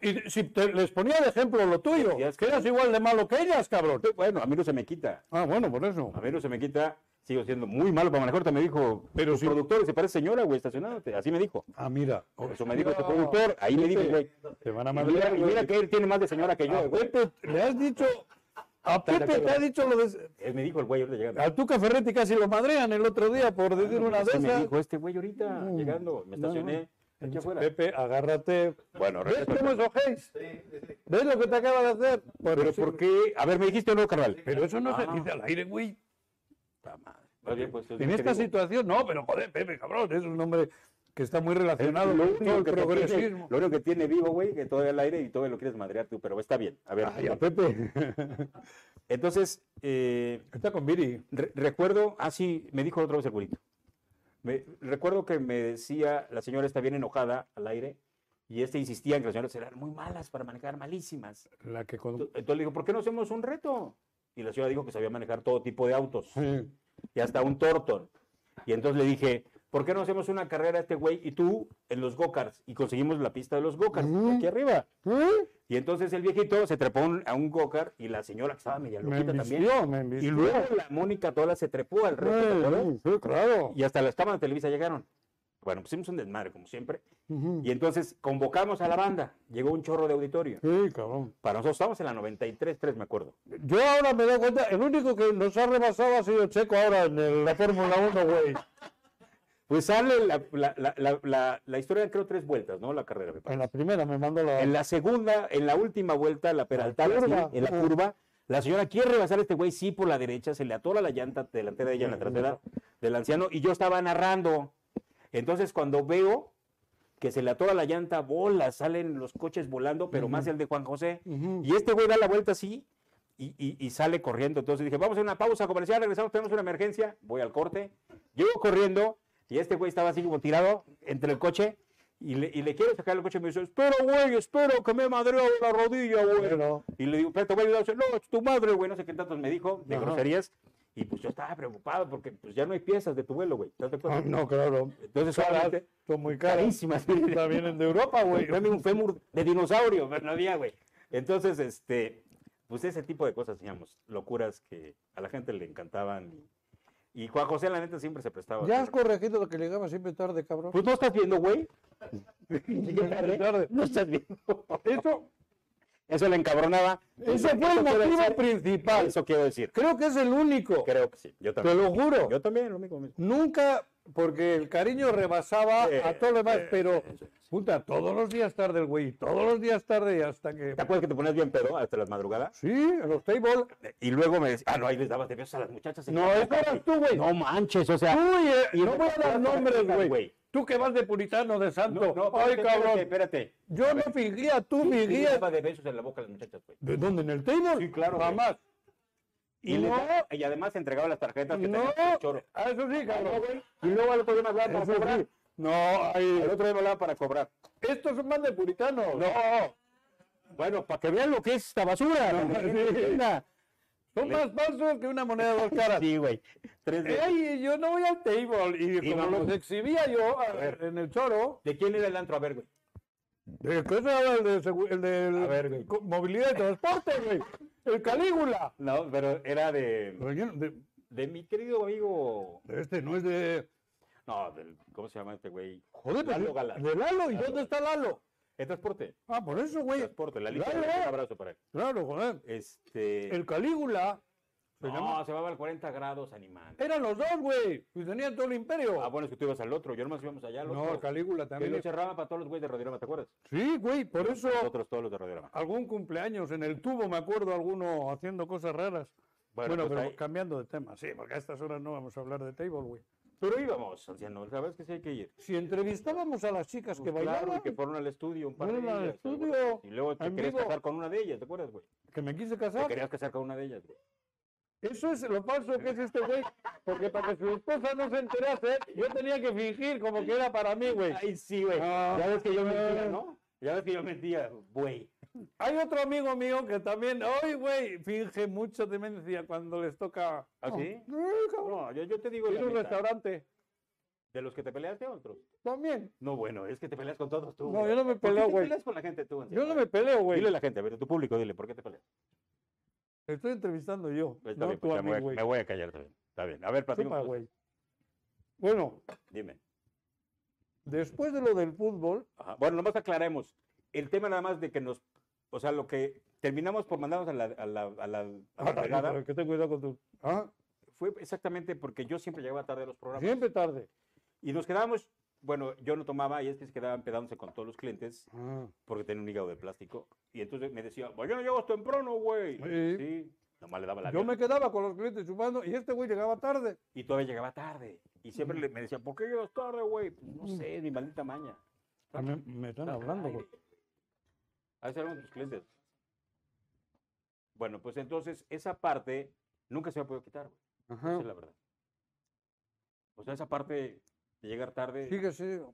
B: Y si te- les ponía de ejemplo lo tuyo,
C: Decías
B: que
C: que-
B: eras igual de malo que ellas, cabrón.
C: Bueno, a mí no se me quita.
B: Ah, bueno, por eso.
C: A mí no se me quita. Sigo siendo muy malo para manejar. Te me dijo,
B: Pero
C: pero
B: sí.
C: productor, se parece señora, güey, estacionándote. Así me dijo.
B: Ah, mira.
C: Eso me dijo este
B: Ah,
C: productor. Ahí le dije,
B: sí.
C: güey.
B: Te van a
C: Y mira,
B: madrear,
C: y
B: güey.
C: mira que él tiene más de señora que
B: A
C: yo, Ah, güey.
B: Pepe, le has dicho. A
C: de
B: Pepe te
C: acuerdo.
B: ha dicho lo de.
C: Él me dijo el güey ahorita llegando.
B: A Tuca Ferretti casi lo madrean el otro día por decir una de
C: Así me
B: esas.
C: dijo Ah, este güey ahorita
B: Mm.
C: llegando. Me
B: No,
C: estacioné. Aquí afuera.
B: Pepe, agárrate.
C: Bueno,
B: ¿Ves
C: respeto.
B: cómo es ojéis? ¿Ves lo que te acaba de hacer?
C: Pero ¿por qué? A ver, me dijiste o no, carnal.
B: Pero eso no se
C: Ah.
B: dice al aire, güey.
C: Más bien, pues, es
B: En
C: lo que
B: esta
C: digo.
B: situación, no, pero joder, Pepe, cabrón, es un hombre que está muy relacionado
C: lo
B: con todo
C: único,
B: el
C: que te tiene,
B: progresismo.
C: lo único que tiene vivo, güey, que todavía al aire y todavía lo quieres madrear tú, pero está bien. A ver.
B: Ay, a Pepe.
C: [LAUGHS] Entonces, eh,
B: está con Viri.
C: Re- recuerdo, ah, sí, me dijo otra vez el güerito. Me, recuerdo que me decía, la señora está bien enojada al aire, y este insistía en que las señoras eran muy malas para manejar, malísimas.
B: La que con...
C: Ento- Entonces le digo, ¿por qué no hacemos un reto? Y la señora dijo que sabía manejar todo tipo de autos,
B: Sí.
C: y hasta un Torton. Y entonces le dije, ¿por qué no hacemos una carrera a este güey y tú en los go-karts? Y conseguimos la pista de los go-karts, de
B: Ujú.
C: aquí arriba.
B: ¿Eh?
C: Y entonces el viejito se trepó a un- a un go-kart, y la señora que estaba media
B: Me
C: loquita también.
B: embistió, me
C: Y
B: embistió.
C: luego la Mónica Tola se trepó al reto, ¿te acuerdas?
B: Sí, sí, claro.
C: Y hasta las cámaras de Televisa llegaron. Bueno, pues hicimos un desmadre, como siempre.
B: Ujú.
C: Y entonces convocamos a la banda. Llegó un chorro de auditorio.
B: Sí, cabrón.
C: Para nosotros estábamos en la 93, 3, me acuerdo.
B: Yo ahora me doy cuenta, el único que nos ha rebasado ha sido Checo ahora en el- la Fórmula 1, güey.
C: Pues sale la, la, la, la, la- la historia, creo, tres vueltas, ¿no? La carrera, me parece.
B: En la primera me mandó la...
C: En la segunda, en la última vuelta, la peraltada, así,
B: curva.
C: en la
B: Ah.
C: curva, la señora quiere rebasar a este güey, sí, por la derecha, se le atora la llanta delantera de ella en la trasera del anciano, y yo estaba narrando. Entonces, cuando veo que se le atora la llanta, bola, salen los coches volando, pero más el de Juan José,
B: Ujú.
C: y este güey da la vuelta así, y, y- y sale corriendo. Entonces dije, vamos a una pausa comercial, regresamos, tenemos una emergencia, voy al corte. Llego corriendo y este güey estaba así como tirado entre el coche y le, y le quiero sacar el coche y me dice, espero, güey, espero que me madreo la rodilla, güey.
B: Pero-
C: Y le digo, pero te voy a ayudar. Dice, No, es tu madre, güey, no sé qué tantos me dijo, de
B: Ajá.
C: groserías. Y pues yo estaba preocupado porque pues ya no hay piezas de tu vuelo, güey. ¿Estás de acuerdo?
B: Ah, no, claro.
C: Entonces
B: Caras,
C: solamente...
B: son muy caras.
C: Carísimas.
B: [LAUGHS] Ya vienen de
C: [LAUGHS]
B: Europa, güey.
C: Tráeme un fémur de dinosaurio, pero no había, güey. Entonces, este, pues ese tipo de cosas, digamos, locuras que a la gente le encantaban. Y, y Juan José, la neta, siempre se prestaba.
B: Ya has corregido lo que llegaba siempre tarde, cabrón.
C: Pues no estás viendo, güey. [LAUGHS]
B: Llegué tarde.
C: no estás viendo.
B: Eso,
C: Eso le encabronaba.
B: ese
C: Eso
B: fue el
C: quiero
B: motivo
C: decir-
B: principal.
C: Eso quiero decir.
B: Creo que es el único.
C: Creo que sí. Yo
B: Te
C: también.
B: lo juro.
C: Yo también, lo mismo. mismo.
B: Nunca, porque el cariño rebasaba
C: Sí,
B: a todo lo demás,
C: sí,
B: pero
C: Eh, sí, sí.
B: puta, todos los días tarde el güey, todos los días tarde y hasta que.
C: ¿Te acuerdas que te ponías bien pedo hasta las madrugadas?
B: Sí, en los table.
C: Y luego me decían, ah, no, ahí les dabas de besos a las muchachas. en
B: No,
C: la
B: eso
C: boca,
B: eras tú, güey.
C: No manches, o sea.
B: Uy, eh,
C: y
B: no voy a dar
C: recuerdas
B: nombres,
C: aquellas,
B: güey. Tú que vas de puritano, de santo.
C: No, no,
B: Ay,
C: espérate,
B: cabrón.
C: Espérate, espérate.
B: Yo no fingía, tú
C: Sí, le
B: fingías.
C: daba de besos en la boca a las muchachas, güey.
B: ¿De dónde? ¿En el table?
C: Sí, claro, güey.
B: Jamás.
C: Y,
B: no,
C: le da- y además entregaba las tarjetas que
B: no.
C: tenía el choro.
B: Ah, eso sí, cabrón.
C: Y luego al otro día me hablaba para
B: Eso
C: cobrar.
B: sí. No, ay,
C: Al otro día me hablaba para cobrar.
B: estos son más de puritanos.
C: No. Bueno, para que vean lo que es esta basura.
B: No,
C: ¿no?
B: sí.
C: Anda.
B: Son más falsos que una moneda de dos
C: [LAUGHS]
B: caras.
C: Sí, güey. Tres de...
B: Ey, yo no voy al table. Y como
C: vamos.
B: los exhibía yo a-
C: ver.
B: en el choro,
C: ¿De quién era el antro? A ver, güey.
B: eh, que ese era el de, segu- el de
C: A ver, güey.
B: co- movilidad y transporte, güey. El Calígula.
C: No, pero era de,
B: Pero yo no- de-
C: de mi querido amigo.
B: este no es de.
C: No, del, ¿cómo se llama este güey?
B: Joder, pues,
C: Lalo Galán.
B: de Lalo. ¿Y
C: Lalo.
B: dónde está Lalo?
C: El transporte.
B: Ah, por eso, güey.
C: Transporte, la lista.
B: Lalo.
C: Un abrazo para él.
B: Claro, joder.
C: Este.
B: El Calígula Pues nada
C: no,
B: más.
C: se va al 40 grados, animal.
B: Eran los dos, güey. Pues tenían todo el imperio.
C: Ah, bueno, es que tú ibas al otro. Yo nomás íbamos allá. al
B: no,
C: otro.
B: Calígula
C: Que
B: también.
C: lo cerraban para todos los güeyes de Radiorama, ¿te acuerdas?
B: Sí, güey, por eso Ah,
C: Nosotros todos los de Radiorama.
B: algún cumpleaños en el tubo, me acuerdo, alguno haciendo cosas raras. Bueno,
C: pues
B: pero
C: ahí-
B: cambiando de tema, sí, porque a estas horas no vamos a hablar de table, güey.
C: pero íbamos, anciano. La verdad es que sí hay que ir.
B: Si entrevistábamos a las chicas Pues que
C: Pues claro,
B: bailaban,
C: y que fueron al estudio un par de
B: Fueron
C: ellas.
B: al
C: ¿te
B: estudio,
C: acuerdas? Y luego te
B: en
C: querías
B: vivo.
C: casar con una de ellas, ¿te acuerdas, güey?
B: que me quise
C: Te
B: casar,
C: querías casar con una de ellas, güey.
B: eso es lo falso que es este güey, porque para que su esposa no se enterase, yo tenía que fingir como que era para mí, güey.
C: Ay, sí, güey.
B: Ah.
C: ya ves que yo mentía,
B: Ah.
C: ¿no? Ya ves que yo mentía, güey.
B: Hay otro amigo mío que también, hoy, güey, finge mucha demencia cuando les toca.
C: ¿Ah, sí?
B: Ay, cabrón,
C: No, yo, yo te digo,
B: ir
C: la
B: a un
C: neta,
B: restaurante,
C: de los que te peleaste a otros.
B: también.
C: No, bueno, es que te peleas con todos tú.
B: No,
C: güey.
B: yo no me
C: ¿Por qué
B: peleo,
C: te
B: güey.
C: peleas con la gente tú, anciano?
B: Yo no me peleo, güey.
C: Dile a la gente, a ver, tu público, dile, ¿por qué te peleas?
B: Te estoy entrevistando yo,
C: Está
B: no
C: bien,
B: tú
C: pues,
B: a
C: ya
B: mí,
C: me, voy pues.
B: güey.
C: a, me voy a callar también. Está bien. A ver, platica.
B: Chupa, güey. Bueno,
C: Dime.
B: después de lo del fútbol,
C: Ajá. Bueno, nomás aclaremos. El tema nada más de que nos. O sea, lo que terminamos por mandarnos a la, a la, a la, a la
B: [LAUGHS] Ay,
C: fregada
B: pero que ten cuidado con tu. Ah,
C: fue exactamente porque yo siempre llegaba tarde a los programas.
B: Siempre tarde.
C: Y nos quedábamos. Bueno, yo no tomaba y es que se quedaban pedándose con todos los clientes porque tenía un hígado de plástico. Y entonces me decía, bueno, yo no llego temprano, güey.
B: Sí.
C: Sí. Nomás le daba la
B: Yo
C: avión.
B: me quedaba con los clientes chupando y este güey llegaba tarde.
C: Y todavía llegaba tarde. Y siempre
B: Mm.
C: le- me decía, ¿por qué llegas tarde, güey? Pues, no sé, es mi maldita maña.
B: me, están hablando,
C: pues,
B: güey.
C: A ese eran tus clientes. Bueno, pues entonces esa parte nunca se me ha podido quitar, güey. Esa es la verdad. O sea, esa parte de llegar tarde, sí,
B: Fíjese.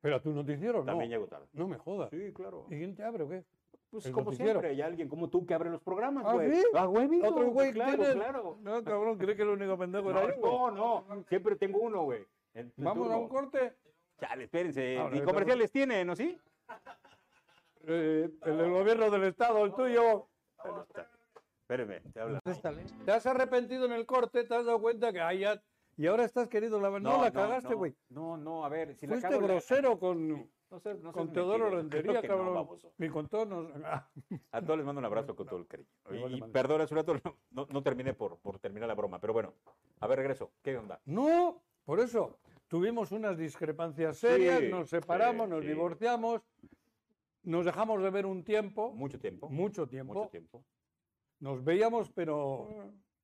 B: Pero a tu noticiero no.
C: también llego tarde.
B: No me jodas.
C: Sí, claro.
B: ¿Y quién te abre o qué?
C: Pues
B: el
C: como
B: noticiero.
C: siempre, hay alguien como tú que abre los programas,
B: ¿Ah,
C: güey.
B: sí?
C: Ah, huevito,
B: Otro
C: pues
B: güey
C: claro,
B: tiene-
C: claro.
B: No, cabrón, cree que el único pendejo era yo.
C: No, no, no, siempre tengo uno, güey. en- en
B: Vamos a
C: turno.
B: un corte.
C: Chale, espérense.
B: Ahora,
C: y
B: ahorita-
C: comerciales tiene, ¿no sí?
B: Eh, el del gobierno del Estado, el tuyo.
C: Bueno, está bien. Espérenme, te habla.
B: Te has arrepentido en el corte, te has dado cuenta que ay, ya. Y ahora estás querido la No, la cagaste,
C: no.
B: güey.
C: No, no, a ver, si la
B: Fuiste
C: cago, la-
B: grosero con,
C: No sé, no seas
B: con Teodoro
C: mentiroso,
B: Rentería,
C: creo que no,
B: cabrón.
C: baboso.
B: Ni con todos nos-
C: A todos les mando un abrazo con todo el cariño.
B: Me
C: Y-
B: vale
C: Y,
B: madre.
C: perdón, hace un rato no, no- no terminé por, por terminar la broma, pero bueno. A ver, regreso. ¿Qué onda?
B: [LAUGHS] No, por eso. Tuvimos unas discrepancias serias,
C: Sí,
B: nos separamos,
C: sí,
B: nos
C: sí.
B: divorciamos, nos dejamos de ver un tiempo,
C: Mucho tiempo.
B: mucho tiempo.
C: Mucho tiempo. Mm.
B: Nos veíamos, pero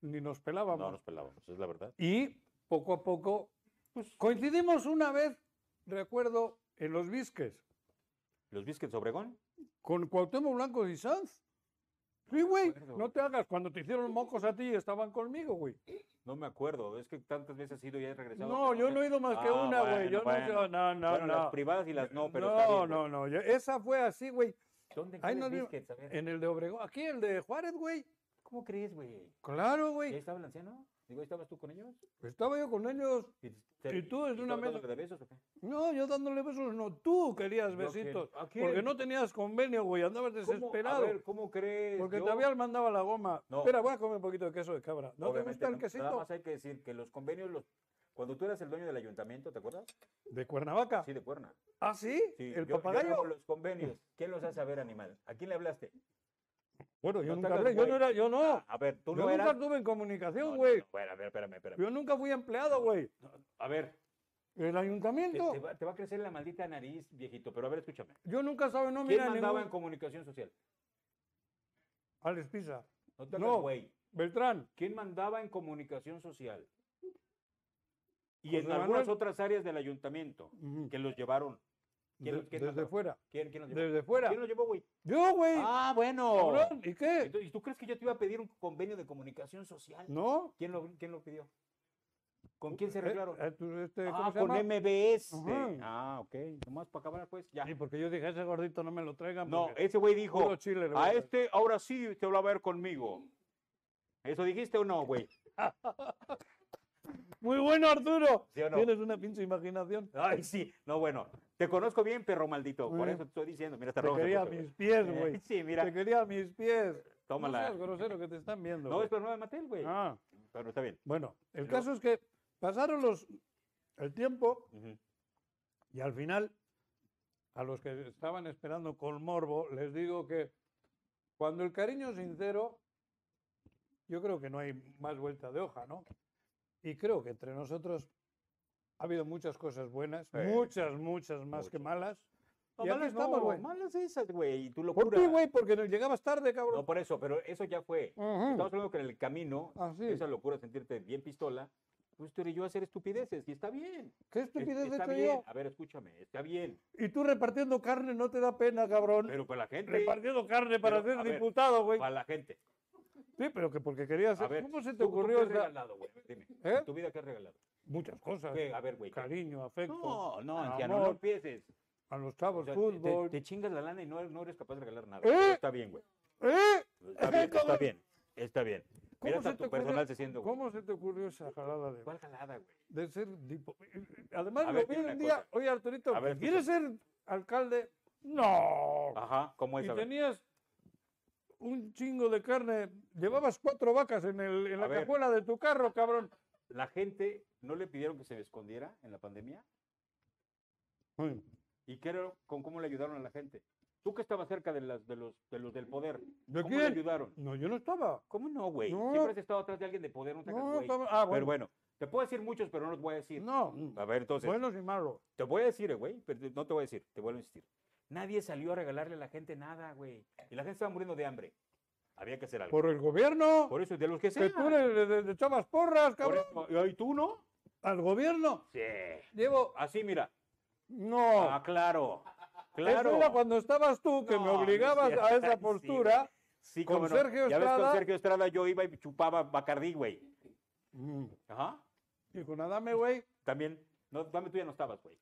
B: ni nos pelábamos.
C: No nos pelábamos, es la verdad.
B: Y poco a poco Pues, coincidimos una vez, recuerdo, en los Visques,
C: ¿Los biscuits Obregón?
B: con Cuauhtémoc Blanco y Sanz. Sí, güey,
C: acuerdo.
B: no te hagas. Cuando te hicieron mocos a ti, estaban conmigo, güey.
C: No me acuerdo. Es que tantas veces he ido y he regresado.
B: No,
C: que
B: yo no he ido más que
C: Ah,
B: una, güey.
C: bueno,
B: Yo no he
C: bueno.
B: ido- no, no,
C: Bueno,
B: no.
C: las privadas y las no, pero
B: no,
C: está bien,
B: no,
C: güey.
B: no, yo- Esa fue así, güey.
C: ¿Dónde
B: Ahí
C: cuáles
B: nos vimos.
C: biscuits? A ver,
B: En el de Obregón. Aquí, el de Juárez, güey.
C: ¿Cómo crees, güey?
B: Claro,
C: ¿Y ahí
B: güey.
C: estaba el anciano? Digo, ¿ahí estabas tú con ellos?
B: Estaba yo con ellos.
C: ¿Y,
B: Y tú desde una
C: estabas
B: mesa-
C: dándole de besos o qué?
B: No, yo dándole besos. No, tú querías
C: Yo que-
B: besitos.
C: ¿a quién?
B: Porque no tenías convenio, güey. Andabas
C: ¿Cómo? A
B: desesperado.
C: ver, ¿cómo crees?
B: Porque
C: Yo-
B: todavía mandaba la goma.
C: No.
B: Espera, voy a comer un poquito de queso de cabra. ¿No te gusta
C: Obviamente,
B: el
C: no- Nada
B: quesito?
C: más hay que decir que los convenios, los, cuando tú eras el dueño del ayuntamiento, ¿te acuerdas?
B: ¿De Cuernavaca?
C: Sí, de Cuerna.
B: ¿Ah, sí?
C: Sí,
B: ¿El
C: yo- yo
B: papagayo?
C: hago los convenios, ¿quién los hace ver, animal? ¿A quién le hablaste?
B: bueno, yo
C: no te
B: nunca
C: hagas
B: hablé. Yo
C: güey.
B: no era, yo no.
C: A ver, Ah, tú
B: Yo
C: no
B: nunca
C: eras.
B: estuve en
C: No,
B: comunicación,
C: no,
B: güey.
C: no, bueno, a ver, espérame, espérame.
B: Yo nunca fui empleado, güey.
C: A ver,
B: El
C: te,
B: ayuntamiento.
C: te va, te va a crecer la maldita nariz, viejito, pero a ver, escúchame.
B: Yo nunca estaba en
C: ¿Quién
B: nómina en
C: mandaba en
B: ningún...
C: comunicación social?
B: Alex Pisa.
C: No te
B: No.
C: hagas, güey.
B: Beltrán.
C: ¿Quién mandaba en comunicación social? Y
B: José
C: en algunas
B: Manuel.
C: otras áreas del ayuntamiento,
B: Ujú.
C: que los llevaron. Mm, ¿Quién
B: De-
C: los- quién
B: desde
C: mandaron?
B: fuera.
C: ¿Quién, quién los llevó?
B: Desde fuera.
C: ¿Quién los llevó, güey?
B: Yo, güey.
C: Ah, bueno.
B: cabrón, ¿Y qué?
C: Entonces, ¿Y tú crees que yo te iba a pedir un convenio de comunicación social?
B: ¿No?
C: ¿Quién lo, quién lo pidió? ¿Con quién se
B: Eh,
C: arreglaron?
B: eh, tú, este, ¿cómo
C: ah,
B: se
C: con
B: llama?
C: MBS.
B: Ajá.
C: Ah, ok. Nomás para acabar, pues, ya.
B: Sí, porque yo dije, ese gordito no me lo traigan.
C: No,
B: porque
C: ese güey dijo,
B: puro chile le voy
C: a
B: traer".
C: este ahora sí te va a ver conmigo. ¿Eso dijiste o no, güey?
B: Muy bueno, Arturo.
C: ¿Sí o no?
B: Tienes una pinche imaginación.
C: Ay, sí. No, bueno. Te conozco bien, perro maldito. Por
B: Bueno.
C: eso te estoy diciendo. Mira, te
B: Te quería a mis pies, güey.
C: [LAUGHS] Sí, Eh, mira.
B: Te quería a mis pies. No
C: Tómala.
B: seas grosero que te están viendo.
C: No,
B: güey.
C: es pero no de Matel, güey.
B: Ah,
C: Pero está bien.
B: bueno, el
C: Pero-
B: caso es que pasaron los el tiempo
C: Ujú.
B: y al final a los que estaban esperando con morbo les digo que cuando el cariño es sincero yo creo que no hay más vuelta de hoja, ¿no? Y creo que entre nosotros ha habido muchas cosas buenas,
C: Sí.
B: muchas, muchas más que malas.
C: No,
B: y aquí
C: malas
B: estamos,
C: no,
B: güey.
C: malas esas, güey, y
B: ¿Por
C: tu locura.
B: qué, güey? Mm. Porque nos llegabas tarde,
C: No,
B: cabrón.
C: por eso, pero eso ya fue.
B: Ujú.
C: Estamos hablando que en el camino,
B: Así.
C: esa locura, sentirte bien pistola, pues tú y yo a hacer estupideces, y está bien.
B: ¿Qué
C: Es-
B: estupidez he
C: está
B: hecho
C: bien.
B: yo?
C: A ver, escúchame, está bien.
B: Y tú repartiendo carne no te da pena, cabrón.
C: Pero para la gente.
B: repartiendo carne para
C: Pero, a
B: ser
C: ver,
B: diputado, güey.
C: Para la gente.
B: Sí, pero que porque querías.
C: A ver,
B: ¿Cómo se
C: ¿tú-
B: te
C: tú
B: ocurrió
C: ¿Qué has
B: esa-
C: regalado, güey? Dime.
B: ¿Eh?
C: ¿En tu vida qué has regalado?
B: muchas cosas?
C: ¿Qué? A ver, güey. ¿qué?
B: Cariño, afecto.
C: No, no,
B: amor,
C: anciano, no empieces.
B: A los
C: O
B: chavos,
C: sea, te-
B: fútbol.
C: te, chingas la lana y no, no eres capaz de regalar nada.
B: ¿Eh?
C: Pero Está bien, güey.
B: ¿Eh?
C: Está bien, está
B: ¿Cómo?
C: bien. Está bien. Mira hasta tu
B: ocurrió-
C: personal se siente, güey.
B: ¿Cómo se te ocurrió esa jalada de,
C: ¿Cuál jalada, güey?
B: de ser dipo- Además,
C: A
B: lo
C: ver,
B: vi
C: dime
B: un
C: una
B: día,
C: cosa.
B: oye Arturito,
C: A ver,
B: ¿quieres ser alcalde? No.
C: Ajá, ¿cómo es?
B: y
C: A ver.
B: tenías un chingo de carne, llevabas cuatro vacas en, el, en
C: A
B: la
C: ver.
B: cajuela de tu carro, cabrón.
C: ¿La gente no le pidieron que se escondiera en la pandemia? ¿Y qué era- con cómo le ayudaron a la gente? Tú que estabas cerca de, las, de, los, de los del poder,
B: ¿De
C: ¿cómo le
B: quién?
C: ayudaron?
B: No, yo no estaba.
C: ¿Cómo no, güey?
B: No.
C: Siempre has estado atrás de alguien de poder, no te hagas,
B: No,
C: güey.
B: estaba- ah,
C: Pero
B: bueno.
C: bueno, te puedo decir muchos, pero no los voy a decir.
B: No,
C: A ver, entonces,
B: buenos y malos.
C: te voy a decir, eh, güey, pero te- no te voy a decir, te vuelvo a insistir. Nadie salió a regalarle a la gente nada, güey. Y la gente estaba muriendo de hambre. Había que hacer algo.
B: Por el gobierno,
C: Por eso, de los que
B: que
C: sean.
B: tú le, le- le- le echabas porras,
C: Por
B: cabrón.
C: eso, ¿Y tú no?
B: Al gobierno.
C: Sí.
B: Llevo.
C: Así, mira.
B: No.
C: Ah, claro.
B: Claro.
C: Claro.
B: Eso era cuando estabas tú, que
C: No,
B: me
C: no es
B: obligabas
C: cierto.
B: a
C: [LAUGHS] Sí,
B: esa
C: güey.
B: postura.
C: Sí,
B: Con
C: cómo no.
B: Sergio
C: Ya ves, con
B: Estrada-
C: Sergio Estrada yo iba y chupaba Bacardí, güey.
B: Mm.
C: Ajá.
B: Y con Adame, güey.
C: También. No, dame tú ya no estabas, güey.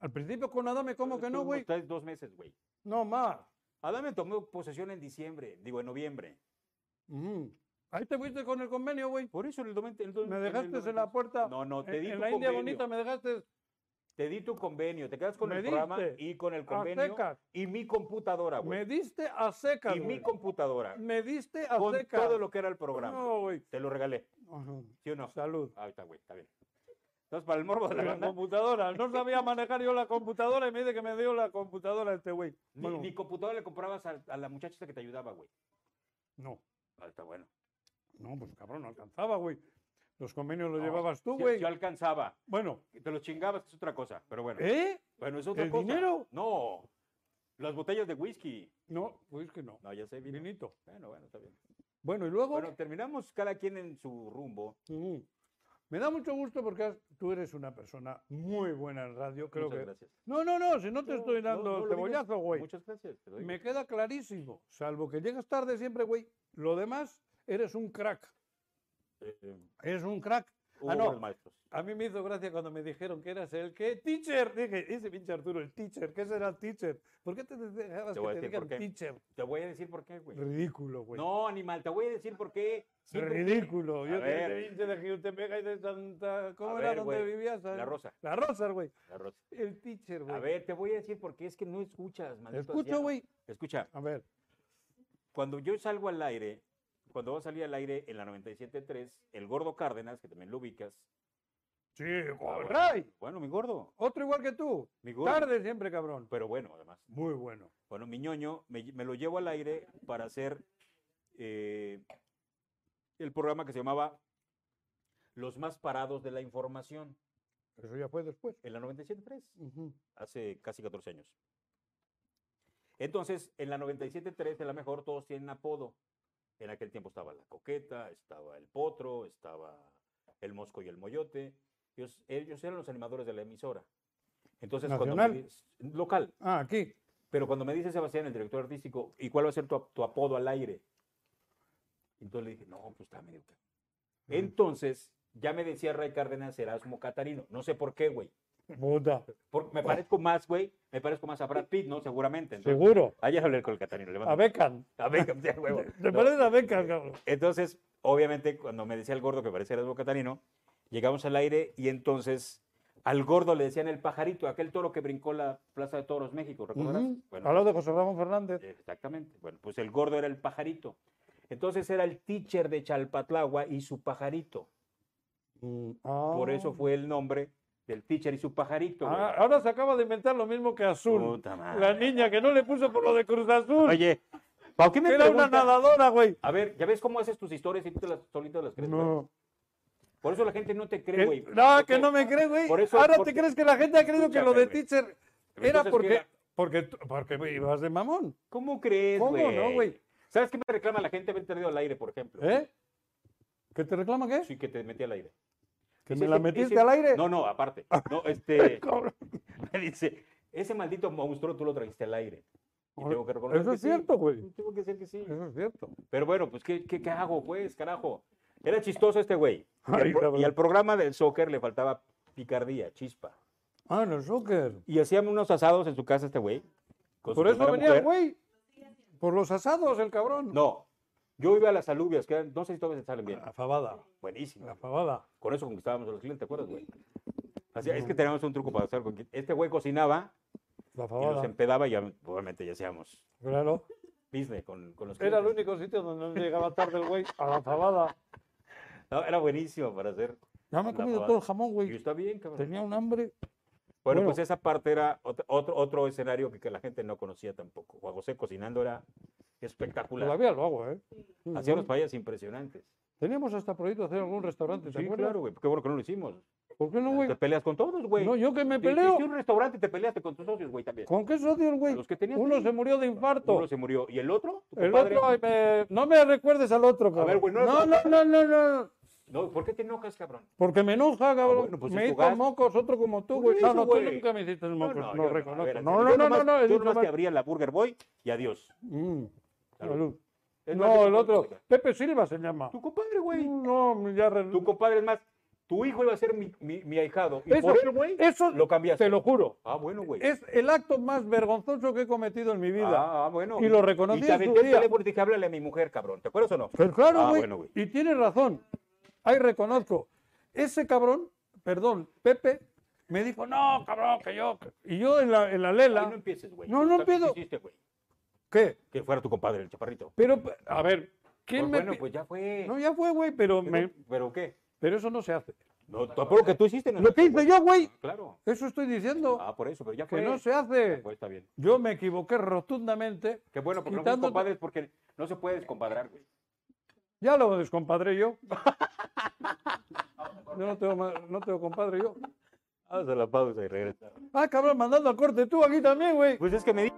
B: Al principio con Adame, ¿cómo que no,
C: Estuvimos
B: güey?
C: tres- dos meses, güey.
B: No, más.
C: Adame tomó posesión en diciembre, digo, en noviembre.
B: Mm. Ahí te fuiste con el convenio, güey.
C: Por eso el domen- el do-
B: Me
C: en el
B: dejaste en la
C: 90.
B: puerta.
C: No, no, te
B: en,
C: di
B: en
C: tu
B: la India
C: convenio.
B: Bonita me dejaste
C: Te di tu convenio. Te quedas con
B: Me
C: el programa
B: diste
C: y con el
B: a
C: convenio.
B: secas.
C: Y mi computadora,
B: Me
C: güey.
B: diste a secas,
C: Y mi
B: güey.
C: computadora.
B: Me diste a
C: Con
B: secas.
C: todo lo que era el programa.
B: No, güey.
C: Te lo regalé. ¿Sí o no? Ah,
B: Salud.
C: Ahí está, güey. Está bien. Entonces, para el morbo de la
B: La
C: banda,
B: computadora. No sabía manejar yo la computadora y me dice que me dio la computadora este güey.
C: ni,
B: Bueno,
C: ni computadora le comprabas a, a la muchacha esa que te ayudaba, güey.
B: No,
C: Ah, está bueno.
B: no, pues cabrón, no alcanzaba, güey. Los convenios los
C: No,
B: llevabas tú,
C: Sí,
B: güey.
C: Yo alcanzaba.
B: Bueno,
C: Te los chingabas, es otra cosa. Pero bueno.
B: ¿eh?
C: Bueno, es otra
B: ¿El
C: cosa.
B: dinero?
C: No. Las botellas de whisky.
B: No, pues que no.
C: No, ya sé, vino.
B: Vinito.
C: Bueno, bueno, está bien.
B: Bueno, y luego
C: Bueno, terminamos cada quien en su rumbo.
B: mm, me da mucho gusto porque has- tú eres una persona muy buena en radio, creo
C: Muchas
B: que.
C: gracias.
B: No, no, no, si no te
C: No,
B: estoy
C: no,
B: dando
C: no lo
B: el
C: digas.
B: cebollazo, güey.
C: Muchas gracias. te lo digo.
B: Me queda clarísimo, salvo que llegas tarde siempre, güey. Lo demás, eres un crack.
C: Eh, eh,
B: Eres un crack.
C: hubo
B: Ah, no.
C: buenos maestros.
B: A mí me hizo gracia cuando me dijeron que eras el que teacher. Dije, ese pinche Arturo, el teacher. ¿Qué será teacher? ¿Por qué te dejabas
C: Te
B: que
C: voy a
B: te
C: decir por
B: digan
C: qué.
B: teacher?
C: Te voy a decir por qué, güey.
B: Ridículo, güey.
C: No, animal, te voy a decir por qué. Siempre-
B: Ridículo.
C: A
B: Yo te-
C: ver.
B: te vine de Jutepec y de Santa. ¿Cómo
C: A
B: era
C: ver,
B: donde
C: güey,
B: vivías?
C: La rosa,
B: La Rosa, güey.
C: la rosa.
B: El teacher, güey.
C: A ver, te voy a decir por qué es que no escuchas,
B: Te
C: maldito
B: escucho,
C: anciano.
B: güey.
C: Escucha,
B: A ver.
C: cuando yo salgo al aire, cuando vos salí al aire en la 97.3, el gordo Cárdenas, que también lo ubicas.
B: Sí,
C: Ah, bueno.
B: ray.
C: Bueno, mi gordo,
B: Otro igual que tú.
C: mi gordo.
B: Tarde siempre, cabrón.
C: Pero bueno, además.
B: Muy bueno.
C: Bueno, mi ñoño, me, lle- me lo llevo al aire para hacer eh, el programa que se llamaba Los más parados de la información,
B: Eso ya fue después.
C: en la 97.3.
B: Ujú.
C: hace casi 14 años. Entonces, en la 97.3 de la mejor todos tienen apodo. En aquel tiempo estaba la coqueta, estaba el potro, estaba el mosco y el moyote. Ellos, ellos eran los animadores de la emisora. Entonces, cuando me
B: ¿Nacional?
C: dices- local.
B: Ah, aquí.
C: Pero cuando me dice Sebastián, el director artístico, ¿y cuál va a ser tu, ap- tu apodo al aire? Entonces le dije, no, pues está medio. ca-". Entonces, ya me decía Ray Cárdenas Erasmo Catarino. No sé por qué, güey.
B: Puta.
C: Por- me parezco más, güey, me parezco más a Brad Pitt, ¿no? Seguramente. Entonces,
B: Seguro.
C: ayer hablé con el Catarino,
B: A
C: levanta.
B: Beckham.
C: A [LAUGHS] Beckham, sí, a huevo.
B: ¿Te
C: No.
B: parece a Beckham, cabrón?
C: Entonces, obviamente, cuando me decía el gordo que parecía Erasmo Catarino, llegamos al aire y entonces al gordo le decían el pajarito, aquel toro que brincó la Plaza de Toros, México, ¿recuerdas?
B: Ujú.
C: Bueno, eh,
B: Al lado de José Ramón Fernández.
C: Exactamente. Bueno, pues el gordo era el pajarito. Entonces era el teacher de Chalpatlagua y su pajarito. Por eso fue el nombre del teacher y su pajarito. güey.
B: Oh. Ah, ahora se acaba de inventar lo mismo que Azul.
C: Puta madre.
B: La niña que no le puso por lo de Cruz Azul.
C: Oye, ¿Para qué me
B: Era una
C: preguntas?
B: nadadora, güey.
C: A ver, ya ves cómo haces tus historias y tú te las, solito las crees. güey.
B: No,
C: Por eso la gente no te cree, güey.
B: que, no, que
C: Porque-
B: no me crees, güey.
C: por eso-
B: Ahora
C: porque-
B: te crees que la gente ha creído que lo de
C: Escúchame, güey.
B: teacher era
C: Entonces,
B: porque,
C: mira,
B: porque, tú- porque ibas de mamón.
C: ¿Cómo crees,
B: ¿Cómo
C: güey?
B: no, güey?
C: ¿Sabes qué me reclama la gente haber perdido al aire, por ejemplo?
B: ¿Eh? ¿Que te reclama qué?
C: Sí, que te metí al aire.
B: ¿Que
C: Dice,
B: me la
C: "Ese-
B: metiste
C: ese-
B: al aire?
C: No,
B: [LAUGHS]
C: no, aparte. No, este,
B: Cabrón.
C: [LAUGHS] me dice, ese maldito monstruo tú lo trajiste al aire. Y
B: Ahora,
C: tengo que reconocer
B: eso
C: que
B: es
C: sí.
B: cierto, güey.
C: Tengo que decir que sí.
B: Eso es cierto.
C: Pero bueno, pues, ¿qué, qué, qué hago, pues, carajo? Era chistoso este güey. Y al
B: Ay,
C: pro-
B: cabrón.
C: y al programa del soccer le faltaba picardía, chispa.
B: Ah, en el soccer.
C: Y hacíamos unos asados en su casa este güey. con su
B: Por eso
C: primera
B: venía el
C: mujer.
B: güey. Por los asados, el cabrón.
C: No, yo iba a las alubias, que eran, no sé si todavía se salen bien.
B: La fabada.
C: Buenísimo.
B: La fabada.
C: Con eso conquistábamos a los clientes, ¿te acuerdas, güey? Así, es que teníamos un truco para hacer. con- Este güey cocinaba
B: La
C: y em- nos
B: fabada.
C: empedaba y ya- obviamente ya hacíamos [LAUGHS]
B: Claro.
C: business con, con los
B: Era
C: clientes.
B: el único sitio donde no llegaba tarde el güey. A la fabada.
C: No, era buenísimo para hacer.
B: Ya me he
C: La
B: comido
C: fabada.
B: todo el jamón,
C: Y
B: güey.
C: está bien, cabrón.
B: Tenía un hambre.
C: Bueno,
B: Bueno.
C: pues esa parte era ot- otro, otro escenario que, que la gente no conocía tampoco. Juan José cocinando era espectacular.
B: Todavía lo hago, ¿eh? Sí,
C: Hacía
B: sí.
C: unos payas impresionantes.
B: Teníamos hasta prohibido hacer algún restaurante, ¿te
C: Sí,
B: acuerdas?
C: claro, güey. Qué bueno que no lo hicimos.
B: ¿Por qué no, güey?
C: Te peleas con todos, güey.
B: No, yo que me
C: Te- te
B: peleo.
C: hiciste un restaurante y te peleaste con tus socios, güey, también.
B: ¿Con qué socios, güey?
C: Los que tenías
B: Uno
C: ahí.
B: se murió de infarto.
C: Uno se murió. ¿Y el otro? ¿Tu
B: El
C: compadre?
B: otro, ay, me- no me recuerdes al otro, cabrón.
C: ver, güey, no-
B: no, no, no, no, no.
C: No, ¿por qué te enojas, cabrón?
B: Porque me enoja, cabrón.
C: bueno, pues es
B: me
C: tu
B: hizo
C: gas.
B: mocos otro como tú,
C: Por
B: güey. No,
C: eso,
B: no, tú
C: güey.
B: nunca me hiciste mocos, no,
C: yo A
B: reconozco.
C: ver,
B: No,
C: yo
B: no, no,
C: nomás-
B: no, no, he
C: Yo
B: dicho
C: nomás
B: mal.
C: te abría la Burger Boy y adiós.
B: Mm,
C: Salud.
B: salud.
C: Es más,
B: No,
C: yo-
B: el otro, Pepe Silva se llama.
C: Tu compadre, güey.
B: No, ya re-
C: Tu compadre, es más, tu hijo iba a ser mi, mi, mi ahijado. Y
B: Eso,
C: por él, güey,
B: eso
C: lo cambiaste.
B: te lo juro.
C: Ah, bueno, güey.
B: Es el acto más vergonzoso que he cometido en mi vida.
C: Ah, ah, bueno.
B: Y lo reconocí
C: Y
B: en
C: te aventé
B: su
C: el
B: día.
C: teléfono y dije, háblale a mi mujer, cabrón. ¿Te acuerdas o no?
B: Pero claro,
C: Ah,
B: güey.
C: bueno, güey.
B: y tienes razón. Ahí reconozco. Ese cabrón, perdón, Pepe, me dijo, no, cabrón, que yo. que-". Y yo en la, en la
C: Ahí no
B: lela.
C: empieces, güey.
B: No, no
C: También
B: empiezo.
C: hiciste, güey,
B: ¿Qué?
C: Que fuera tu compadre, el chaparrito.
B: Pero, pe- a ver, ¿quién
C: Pues
B: me.?
C: bueno,
B: pi-
C: pues ya fue.
B: No, ya fue, güey, pero,
C: Pero-
B: me-
C: ¿Pero qué?
B: pero eso no se hace.
C: No, todo lo que tú hiciste. No
B: [LAUGHS] Lo que hice
C: güey.
B: yo, güey,
C: Claro.
B: eso estoy diciendo,
C: Ah, por eso, pero ya fue.
B: que no se hace.
C: Pues está bien.
B: Yo me equivoqué rotundamente.
C: Qué bueno, porque no
B: Quitándote-
C: fuimos compadres, porque no se puede descompadrar, güey.
B: Ya lo descompadré
C: [LAUGHS]
B: yo. Yo no tengo, ma- no tengo compadre yo.
C: Vamos a la pausa y regresa.
B: Ah, cabrón, mandando al corte tú aquí también, güey.
C: Pues es que me di.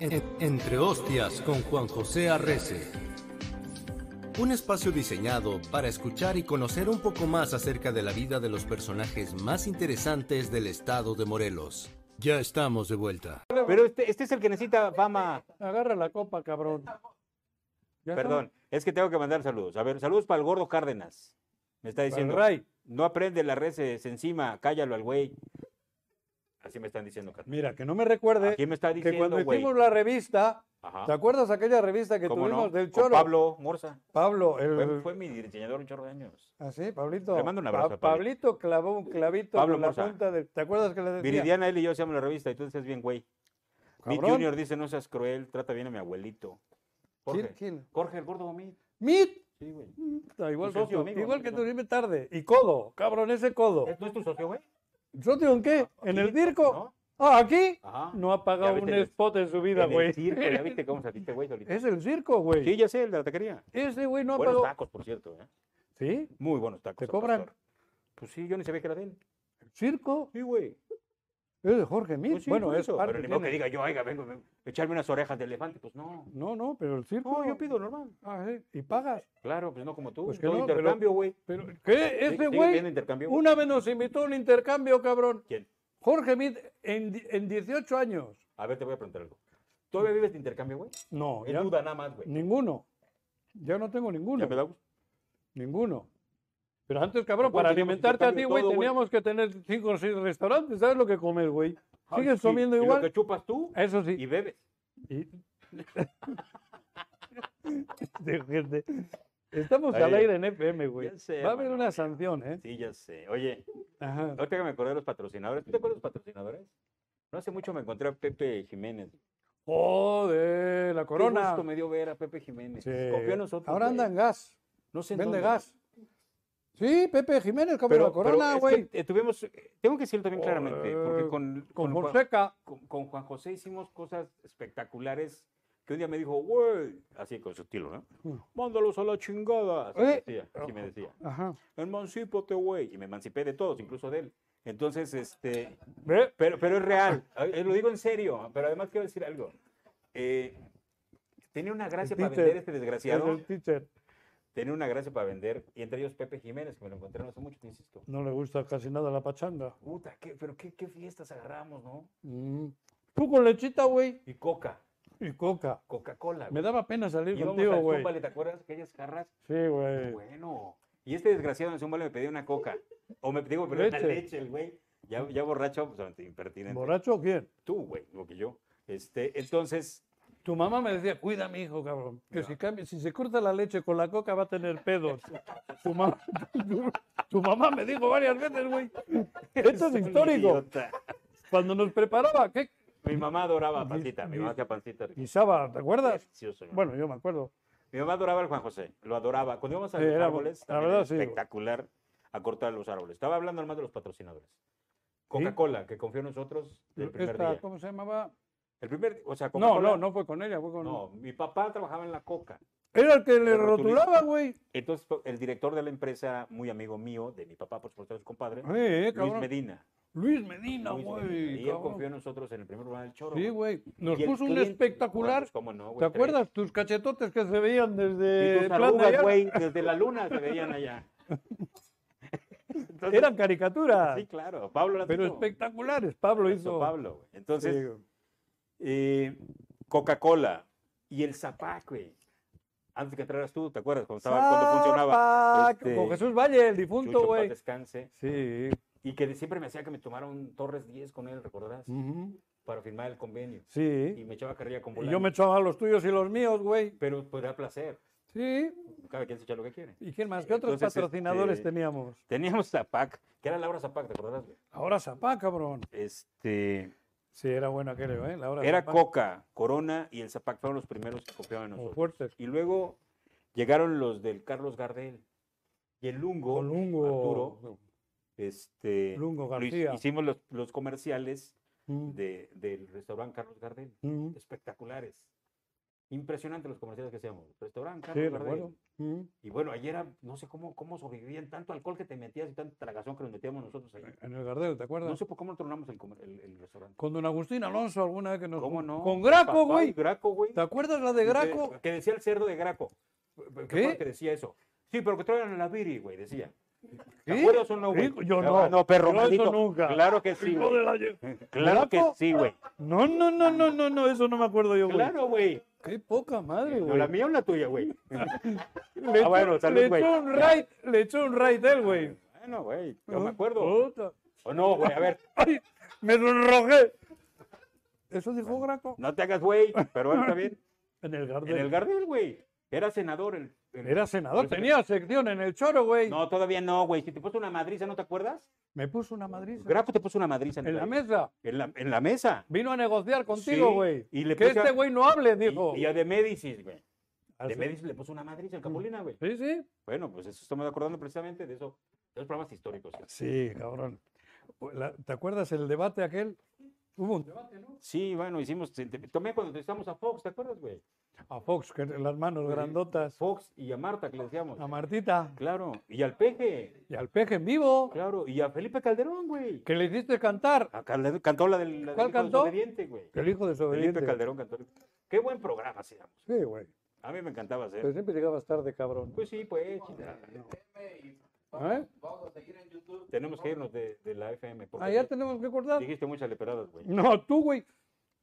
A: En- Entre hostias con Juan José Arrece. Un espacio diseñado para escuchar y conocer un poco más acerca de la vida de los personajes más interesantes del estado de Morelos. Ya estamos de vuelta.
C: Pero este, este es el que necesita fama.
B: Agarra la copa, cabrón. Ya
C: Perdón, es que tengo que mandar saludos. A ver, saludos para el gordo Cárdenas. Me está
B: está. Para el
C: diciendo.
B: Ray.
C: No aprende las redes encima, cállalo al güey. Así me están diciendo, Carlos.
B: Mira, que no me recuerde
C: Aquí me está
B: que cuando
C: diciendo, güey.
B: hicimos la revista,
C: Ajá.
B: ¿te acuerdas aquella revista que
C: ¿Cómo
B: tuvimos
C: no?
B: del Eh,
C: Con
B: Choro?
C: Pablo Morza.
B: Pablo, el.
C: Fue, fue mi diseñador un chorro de años.
B: Ah, sí, Pablito.
C: Le mando un abrazo a
B: Pablito clavó un clavito
C: Pablo
B: con la
C: Morza.
B: punta del. ¿Te acuerdas que le decía?
C: Viridiana, él y yo hacíamos la revista y tú dices bien, güey. Vic
B: Cabrón.
C: Junior dice, no seas cruel, trata bien a mi abuelito.
B: ¿Quién?
C: Jorge,
B: quién?
C: Jorge el gordo Gomí.
B: ¡Mit!
C: Sí, güey.
B: Ah, Igual
C: Tu
B: que
C: socio,
B: tú,
C: amigo,
B: igual
C: ¿no?
B: que tú, dime tarde. Y codo, cabrón, ese codo.
C: ¿Es- ¿No es tu socio, güey?
B: ¿Socio en qué? Oh. ¿En el
C: Ah, Aquí,
B: circo?
C: ¿no?
B: Ah, ¿aquí?
C: Ajá.
B: No ha
C: Ya
B: pagado
C: viste
B: un
C: el-
B: spot en su
C: En
B: vida,
C: el
B: güey.
C: circo, ya viste cómo saliste,
B: [LAUGHS]
C: güey, solito.
B: Es el circo, güey.
C: Sí, ya sé, el de la taquería.
B: Ese güey no ha
C: buenos
B: pagado.
C: tacos, por cierto. ¿eh?
B: ¿Sí?
C: Muy buenos tacos.
B: ¿Te
C: al
B: cobran?
C: pastor. Pues sí, yo ni sabía que era de él.
B: ¿Circo?
C: Sí, güey.
B: Es de Jorge Mit.
C: Pues sí,
B: bueno,
C: por
B: es
C: eso.
B: parte
C: Pero ni modo que
B: tiene.
C: diga yo, oiga, vengo, vengo, echarme unas orejas de elefante. Pues no.
B: No, no, pero el circo.
C: No, yo pido normal.
B: Ah, sí, Y pagas.
C: Claro, pues no como tú.
B: Pues que
C: todo
B: no, pero-
C: intercambio, güey.
B: Pero, ¿Qué?
C: Sí,
B: Ese
C: sigue
B: güey.
C: habiendo intercambio, güey.
B: Una vez nos invitó a un intercambio, cabrón.
C: ¿Quién?
B: Jorge Mit en, di- en 18 años.
C: A ver, te voy a preguntar algo. ¿Todavía vives de intercambio, güey?
B: No,
C: Es
B: ya-
C: duda nada más, güey.
B: ninguno. Ya no tengo
C: Ya
B: ninguno.
C: me da gusto.
B: Ninguno. Pero antes, cabrón, para
C: Acuérdate, teníamos
B: alimentarte a ti,
C: intercambio
B: güey,
C: todo, güey.
B: teníamos que tener cinco o seis restaurantes. ¿Sabes lo que comer, güey?
C: Ay,
B: ¿Sigues
C: sí,
B: comiendo
C: y lo
B: igual? Eh,
C: que chupas tú
B: Eso
C: y
B: sí.
C: bebes.
B: [LAUGHS] De gente. Estamos al
C: Oye,
B: aire en FM, güey.
C: ya sé,
B: Va a haber
C: mano.
B: una sanción, ¿eh?
C: Sí, ya sé. Oye,
B: Ajá.
C: ahorita que me acordé de los patrocinadores. ¿Tú te acuerdas de los patrocinadores? No hace mucho me encontré a Pepe Jiménez.
B: Joder, la
C: Qué
B: corona.
C: gusto me dio ver a Pepe Jiménez.
B: Sí.
C: Confía en nosotros.
B: Ahora
C: güey.
B: andan gas.
C: No sé en
B: Vende
C: dónde.
B: gas. Sí, Pepe Jiménez, como
C: Pero,
B: la corona,
C: pero es que,
B: güey.
C: eh, tuvimos, eh, tengo que decirlo también claramente,
B: Eh,
C: porque con,
B: Con
C: Juan-
B: Fonseca.
C: con- con Juan José hicimos cosas espectaculares que un día me dijo, güey, así con su estilo, ¿no?
B: Mm.
C: Mándalos a la chingada. Así,
B: Eh.
C: me decía, así me decía.
B: pues, Ajá.
C: Emancípate, güey. Y me emancipé de todos, incluso de él. Entonces, este, pero, pero es real. Eh, Lo digo en serio, pero además quiero decir algo. Eh, tenía una gracia para
B: Peter,
C: vender este
B: Es
C: desgraciado.
B: el teacher.
C: Tenía una gracia para vender. Y entre ellos Pepe Jiménez, que me lo encontré no hace mucho, te insisto.
B: No le gusta casi nada la pachanga.
C: Puta, ¿qué, pero qué, qué fiestas agarramos, ¿no?
B: Mm. Tú con lechita, güey,
C: Y coca,
B: y coca.
C: Coca-Cola.
B: Me
C: güey.
B: daba pena salir
C: Y íbamos
B: contigo,
C: al
B: güey.
C: Zómbale, ¿te acuerdas? Aquellas jarras.
B: Sí, güey.
C: Bueno. Y este desgraciado en Zúmbale me pedía una coca. O me digo, pero una
B: Leche.
C: leche, el güey. Ya, ya borracho, pues impertinente.
B: ¿Borracho o quién?
C: Tú, güey, lo que yo. Este, entonces,
B: Tu mamá me decía, cuida a mi hijo, cabrón. Que
C: Ya.
B: si, cambia- si se corta la leche con la coca va a tener [LAUGHS] pedos. tu, mamá, tu, mamá me dijo varias veces, güey.
C: [LAUGHS]
B: Esto es
C: un
B: histórico.
C: idiota.
B: Cuando nos preparaba, ¿qué?
C: Mi mamá adoraba a Pancita.
B: Dis-
C: Mi mamá
B: dis-
C: hacía Pancita. rico,
B: Guisaba, ¿te acuerdas?
C: delicioso, mi mamá.
B: Bueno, yo me acuerdo.
C: Mi mamá adoraba al Juan José, lo adoraba. Cuando íbamos a
B: Sí,
C: los
B: era bu-
C: árboles,
B: la
C: también
B: verdad,
C: era
B: sí, güey.
C: espectacular a cortar los árboles. Estaba hablando además de los patrocinadores. Coca-Cola, que confió en nosotros el primer
B: Esta,
C: día.
B: ¿Cómo se llamaba?
C: El primer, o sea,
B: No,
C: Coca-Cola-
B: no, no fue con ella, fue con...
C: no, mi papá trabajaba en la Coca.
B: Era el que le
C: El rotulista.
B: rotulaba, güey.
C: Entonces, fue- el director de la empresa, muy amigo mío, de mi papá, por supuesto, es compadre,
B: Eh, eh,
C: Luis
B: cabrón.
C: Medina.
B: Luis Medina,
C: Luis
B: güey.
C: Medina. Y él
B: cabrón.
C: confió en nosotros en el primer lugar del chorro.
B: Sí,
C: güey.
B: güey. Nos
C: Y el
B: puso un
C: cliente-
B: espectacular.
C: Pues, ¿cómo no, güey?
B: ¿Te
C: Tres.
B: acuerdas? Tus cachetotes que se veían
C: Y
B: desde
C: tus
B: Plan de
C: arrugas,
B: Ayala.
C: güey, desde la luna se veían
B: [LAUGHS]
C: allá. Entonces,
B: Eran caricaturas.
C: Sí, claro. Pablo Latino.
B: pero espectaculares. Pablo
C: Eso,
B: hizo.
C: Pablo, güey.
B: Sí,
C: Entonces,
B: güey.
C: eh, Coca-Cola y el Zapac, güey. Antes que entraras tú, ¿te acuerdas? Cuando, estaba, cuando funcionaba.
B: Zapac,
C: este,
B: Con Jesús Valle, el
C: Chucho,
B: difunto,
C: en paz
B: güey.
C: descanse.
B: Sí.
C: Y que siempre me hacía que me tomara un Torres 10 con él, ¿recordarás?
B: ujú,
C: Para firmar el convenio. Y
B: Mm. Sí.
C: me echaba carrilla con
B: Y
C: Bolaños.
B: yo me echaba los tuyos y los míos, güey.
C: Pero pues era placer.
B: Sí.
C: Cada quien se echa lo que quiere.
B: ¿Y quién más? ¿Qué otros
C: Entonces,
B: patrocinadores
C: este,
B: teníamos?
C: Teníamos Zapac, que era Laura Zapac, ¿te acordarás? güey?
B: Ahora Zapac, cabrón.
C: Este,
B: Sí, era buena, creo, ¿eh? La hora de
C: era
B: Zapac. Oh,
C: Coca, Corona y el Zapac fueron los primeros que confiaban en
B: Como
C: nosotros.
B: fuertes.
C: Y luego llegaron los del Carlos Gardel. Y el Lungo,
B: Con Lungo.
C: Arturo, este,
B: Lungo
C: lo hi-
B: García.
C: hicimos los, los comerciales
B: Mm,
C: de- del restaurante Carlos Gardel.
B: mm,
C: Espectaculares. Impresionante los comerciales que hacíamos. Restaurante
B: Sí,
C: Carlos Gardel.
B: recuerdo. Mm.
C: Y bueno, ayer era- no sé cómo, cómo sobrevivían tanto alcohol que te metías y tanta tragazón que nos metíamos nosotros ahí.
B: En el Gardel, ¿te acuerdas?
C: No sé por cómo no tronamos el, comer- el- el restaurante.
B: Con don Agustín Alonso alguna vez que nos...
C: ¿Cómo no?
B: Con Graco,
C: Papá,
B: güey.
C: Graco, güey.
B: ¿Te acuerdas la de
C: Y que-
B: Graco?
C: Que, decía el cerdo de Graco. ¿Qué?
B: ¿Qué?
C: Que decía eso. Sí, pero que traigan la viri, güey, decía.
B: ¿Qué?
C: ¿Te acuerdas o no, güey?
B: Sí, yo no.
C: Ah, No, perro
B: Yo eso
C: maldito.
B: nunca.
C: Claro que sí,
B: Hijo
C: güey.
B: de la ye-
C: Claro que
B: ¿Graco?
C: sí, güey.
B: Eh. No, no, no, no, no, no, eso no me acuerdo yo, güey.
C: Claro, güey.
B: Qué poca madre,
C: ¿O
B: güey.
C: ¿La mía o la tuya, güey?
B: Le,
C: Ah, bueno,
B: echó-
C: salud,
B: le
C: güey.
B: echó un raid, le echó un raid él, güey.
C: Bueno, güey, yo me
B: Ah,
C: acuerdo.
B: puta.
C: O no, güey, a ver,
B: ¡Ay! ¡Me sonrojé! Eso dijo Graco.
C: no te hagas, güey, pero bueno,
B: [LAUGHS]
C: está bien.
B: En el Gardel.
C: En el Gardel, güey. Era senador. El, el-
B: Era senador, tenía sección en el choro, güey.
C: No, todavía no, güey. Si te puso una madriza, ¿no te acuerdas?
B: Me puso una madriza.
C: Graco te puso una madriza.
B: En la
C: Nicolai.
B: mesa.
C: En la, en la mesa.
B: Vino a negociar contigo,
C: Sí,
B: güey.
C: y le
B: que
C: puse a-
B: este güey no hable,
C: Y-
B: dijo.
C: Y, a de Médicis, güey.
B: Ah,
C: de
B: sí.
C: Médicis le puso una madriza al Capulina, güey.
B: Sí, sí.
C: Bueno, pues eso estamos acordando precisamente de eso. De los programas históricos.
B: Sí, cabrón. Pues la- ¿Te acuerdas el debate aquel? Hubo un debate, ¿no?
C: Sí, bueno, hicimos. te- te- Tomé cuando entrevistamos a Fox, ¿te acuerdas, güey?
B: A Fox, que las manos
C: Sí.
B: grandotas.
C: Fox y a Marta, que le decíamos.
B: A Martita.
C: Claro. Y al Peje.
B: Y al peje en vivo.
C: Claro. Y a Felipe Calderón, güey.
B: Que le hiciste cantar.
C: A Calderón- Cantó la del. la del
B: ¿Cuál
C: hijo
B: cantó?
C: desobediente, güey.
B: El hijo desobediente.
C: Felipe Calderón cantó. Qué buen programa hacíamos.
B: Sí, güey.
C: A mí me encantaba hacer.
B: Pero siempre llegabas tarde, cabrón.
C: Pues sí, pues.
B: ¿Eh?
C: Tenemos que irnos de, de la FM. Porque
B: Ah, ya
C: di-
B: tenemos que cortar.
C: Dijiste muchas leperadas, güey.
B: No, tú, güey.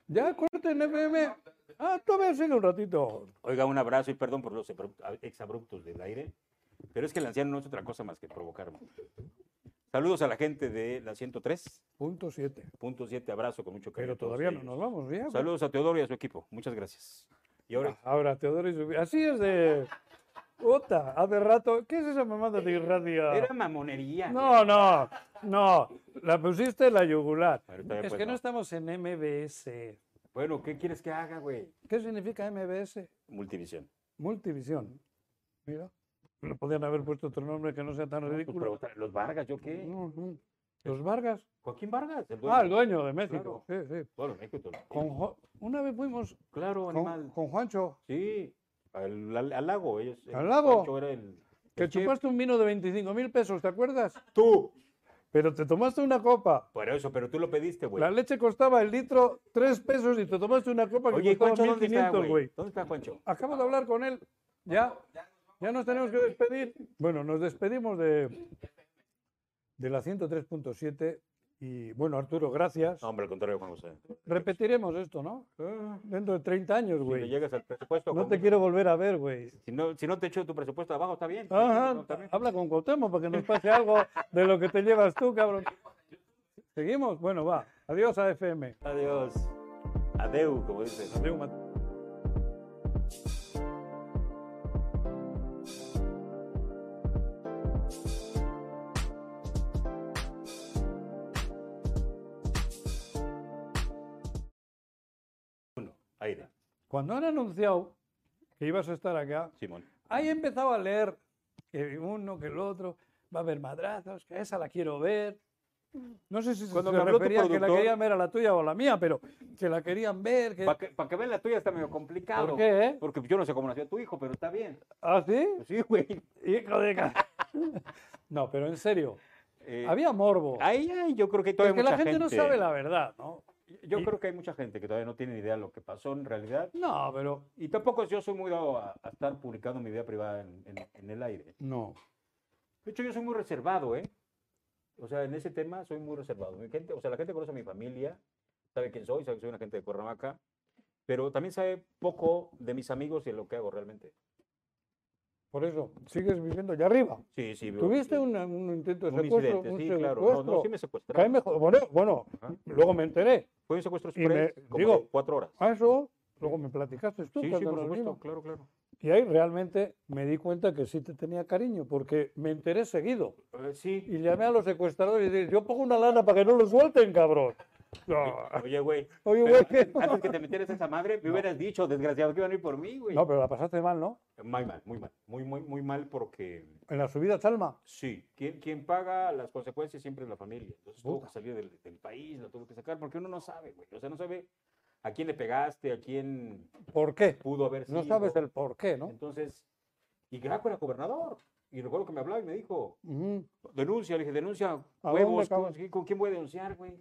B: Ya, corten FM. Ah, todavía sigue un ratito.
C: Oiga, un abrazo y perdón por los abru- exabruptos del aire. Pero es que el anciano no es otra cosa más que provocarme. Saludos a la gente de la 103.7.
B: Punto siete.
C: Abrazo con mucho
B: Pero
C: cariño. a todos
B: todavía no
C: ellos.
B: nos vamos, ya. güey. Ah,
C: Saludos a Teodoro y a su equipo. Muchas gracias. Y ahora,
B: Ahora, Teodoro y su... Así es de... Ota, hace rato... ¿Qué es esa mamada de irradia?
C: era mamonería. ¿eh? güey.
B: Ah. No, no, no. La pusiste en la yugular.
C: Pero está bien,
B: es
C: pues,
B: que no.
C: no.
B: estamos en MBS.
C: Bueno, ¿qué quieres que haga, güey?
B: ¿Qué significa MBS?
C: Multivisión.
B: Multivisión. Mira. Le podían haber puesto otro nombre que no sea tan
C: Pues,
B: ridículo.
C: pero, los Vargas, ¿yo qué?
B: No, no. Los Vargas.
C: Joaquín Vargas. El dueño.
B: Ah, el dueño de México. Sí, sí.
C: Bueno, México, todo.
B: Con Jo- una vez fuimos
C: Claro,
B: con,
C: animal.
B: con Juancho,
C: Sí, al, al- al lago. Ellos, el
B: ¿Al lago?
C: Pancho era el-
B: que
C: el chef.
B: chupaste un vino de 25 mil pesos, ¿te acuerdas?
C: Tú.
B: Pero te tomaste una copa.
C: Por eso, pero tú lo pediste, güey.
B: La leche costaba el litro 3 pesos y te tomaste una copa que
C: Oye, ¿y Juancho
B: costaba
C: dónde está,
B: 1500,
C: güey?
B: güey.
C: ¿Dónde está Juancho?
B: Acabo de hablar con él. Ya, ya nos tenemos que despedir. Bueno, nos despedimos de, de la 103.7. Y bueno, Arturo, gracias.
C: No, hombre, Ah. al contrario, eh. Juan José.
B: Repetiremos esto, ¿no? Dentro de 30 años,
C: Si no
B: güey.
C: llegas al presupuesto,
B: No
C: con-
B: te quiero volver a ver, güey.
C: si, no, si no te echo tu presupuesto abajo, está bien.
B: Ajá,
C: No, está bien.
B: habla con Cuauhtémoc para que nos pase algo de lo que te llevas tú, cabrón. ¿Seguimos? Bueno, va. Adiós a FM.
C: Adiós. Adeu, como dices.
B: Adiós, Mat-
C: Aire,
B: Cuando han anunciado que ibas a estar acá,
C: Simón.
B: ahí he empezado a leer que uno, que el otro, va a haber madrazos, que esa la quiero ver. No sé si se-
C: Cuando
B: se
C: me habló tu
B: refería a que la
C: productor-
B: querían ver a la tuya o a la mía, pero que la querían ver. Que...
C: Para que, pa' que vean la tuya está medio complicado.
B: ¿Por qué, eh?
C: Porque yo no sé cómo nació tu hijo, pero está bien.
B: ¿Ah, sí?
C: Pues sí, güey.
B: Hijo de... ca- [LAUGHS] no, pero en serio,
C: Eh,
B: había morbo.
C: Ahí, ahí, yo creo que todavía
B: Porque
C: mucha
B: la gente, no sabe la verdad, ¿no?
C: Yo
B: y-
C: creo que hay mucha gente que todavía no tiene ni idea de lo que pasó en realidad.
B: No, pero...
C: Y tampoco yo soy muy dado a, a estar publicando mi vida privada en, en- en el aire.
B: No.
C: De hecho, yo soy muy reservado, ¿eh? O sea, en ese tema soy muy reservado. Mi gente, o sea, la gente conoce a mi familia, sabe quién soy, sabe que soy una gente de Cuernavaca, pero también sabe poco de mis amigos y de lo que hago realmente.
B: Por eso, sigues viviendo allá arriba.
C: Sí, sí. vivo-
B: Tuviste
C: sí,
B: un, un intento de
C: un
B: secuestro,
C: incidente,
B: un
C: sí,
B: secuestro.
C: claro. No, no, sí me
B: que a mí
C: secuestraron.
B: me jo- bueno, bueno,
C: Ajá.
B: luego me enteré.
C: Fue un secuestro
B: Y me-
C: express, como
B: digo,
C: de cuatro horas.
B: A eso, luego me platicaste tú.
C: Sí, sí,
B: cuando
C: por
B: nos
C: supuesto,
B: vimos.
C: claro, claro.
B: Y ahí realmente me di cuenta que sí te tenía cariño, porque me enteré seguido.
C: Eh, sí.
B: Y llamé a los secuestradores y dije, yo pongo una lana para que no lo suelten, cabrón. No,
C: Oye, güey.
B: [LAUGHS] oye,
C: pero
B: ah. güey, que-
C: Antes que te metieras esa madre, me hubieras dicho, desgraciado, que iban a ir por mí,
B: [LAUGHS]
C: güey.
B: No, pero la pasaste mal, ¿no?
C: Muy mal, muy mal. Muy, muy, muy mal porque
B: En la subida, Chalma.
C: sí, quien, quien paga las consecuencias siempre es la familia. Entonces tuvo
B: Puta.
C: que salir del, del país, lo tuvo que sacar, porque uno no sabe, güey. O sea, no sabe a quién le pegaste, a quién
B: ¿Por qué?
C: pudo haber sido.
B: No sabes el por qué, ¿no?
C: Entonces, y Graco era gobernador. Y recuerdo que me hablaba y me dijo,
B: Ujú.
C: denuncia, le dije, denuncia,
B: ¿A dónde,
C: huevos, ¿con,
B: cabrón?
C: quién- con quién voy a denunciar, güey?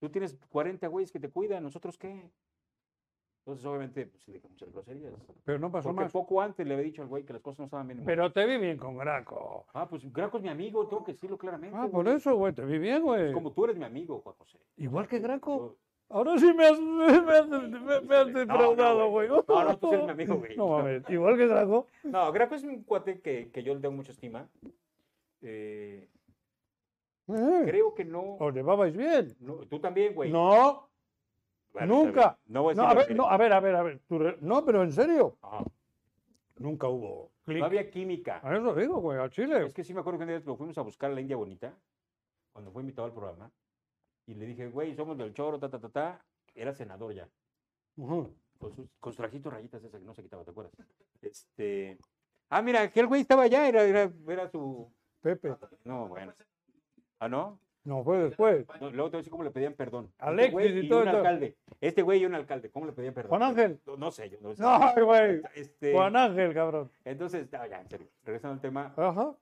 C: Tú tienes 40 güeyes que te cuidan, ¿nosotros qué? Entonces, obviamente, pues, le dije muchas groserías.
B: Pero no pasó
C: Porque
B: más.
C: poco antes le había dicho al güey que las cosas no estaban bien. en
B: Pero te vi bien con Graco.
C: Ah, pues Graco es mi amigo, tengo que decirlo claramente.
B: Ah, por
C: güey.
B: eso, güey, te vi bien, güey.
C: Como tú eres mi amigo, Juan José.
B: Igual que Graco.
C: Yo-
B: Ahora sí me has, [LAUGHS] me has- me- me has defraudado, güey.
C: No, no,
B: [LAUGHS]
C: tú eres mi amigo, güey.
B: No mames, igual que Graco.
C: No, Graco es un cuate que, que yo le tengo mucha estima. Eh,
B: Eh,
C: creo que no,
B: Os llevabais bien.
C: no- Tú también, güey.
B: No,
C: Bueno, está
B: nunca.
C: bien. No voy a
B: no,
C: decir
B: a
C: lo
B: ver,
C: que-
B: no, a ver, a ver, a ver. tu re- No, pero en serio.
C: Ajá.
B: Nunca hubo clic.
C: No había química.
B: A eso digo, güey, al Chile.
C: Es que sí me acuerdo que una vez lo fuimos a buscar a la India Bonita, cuando fue invitado al programa, y le dije, güey, somos del choro, ta, ta, ta, ta. Era senador ya,
B: Ujú.
C: con sus, con su trajito rayitas esa que no se quitaba, ¿te acuerdas? Este... Ah, mira, aquel güey estaba allá, era, era, era su...
B: Pepe.
C: No, bueno. Ah, ¿no?
B: No, fue después.
C: No, Luego te voy a decir cómo le pedían perdón. Este
B: Alexis
C: güey
B: y todo,
C: un
B: todo.
C: alcalde. Este güey y un alcalde, ¿cómo le pedían perdón?
B: Juan Ángel.
C: No, no sé, yo no sé.
B: No, güey.
C: Este,
B: Juan Ah. Ángel, cabrón.
C: Entonces, ah, ya, en serio, regresando al tema,
B: Ajá.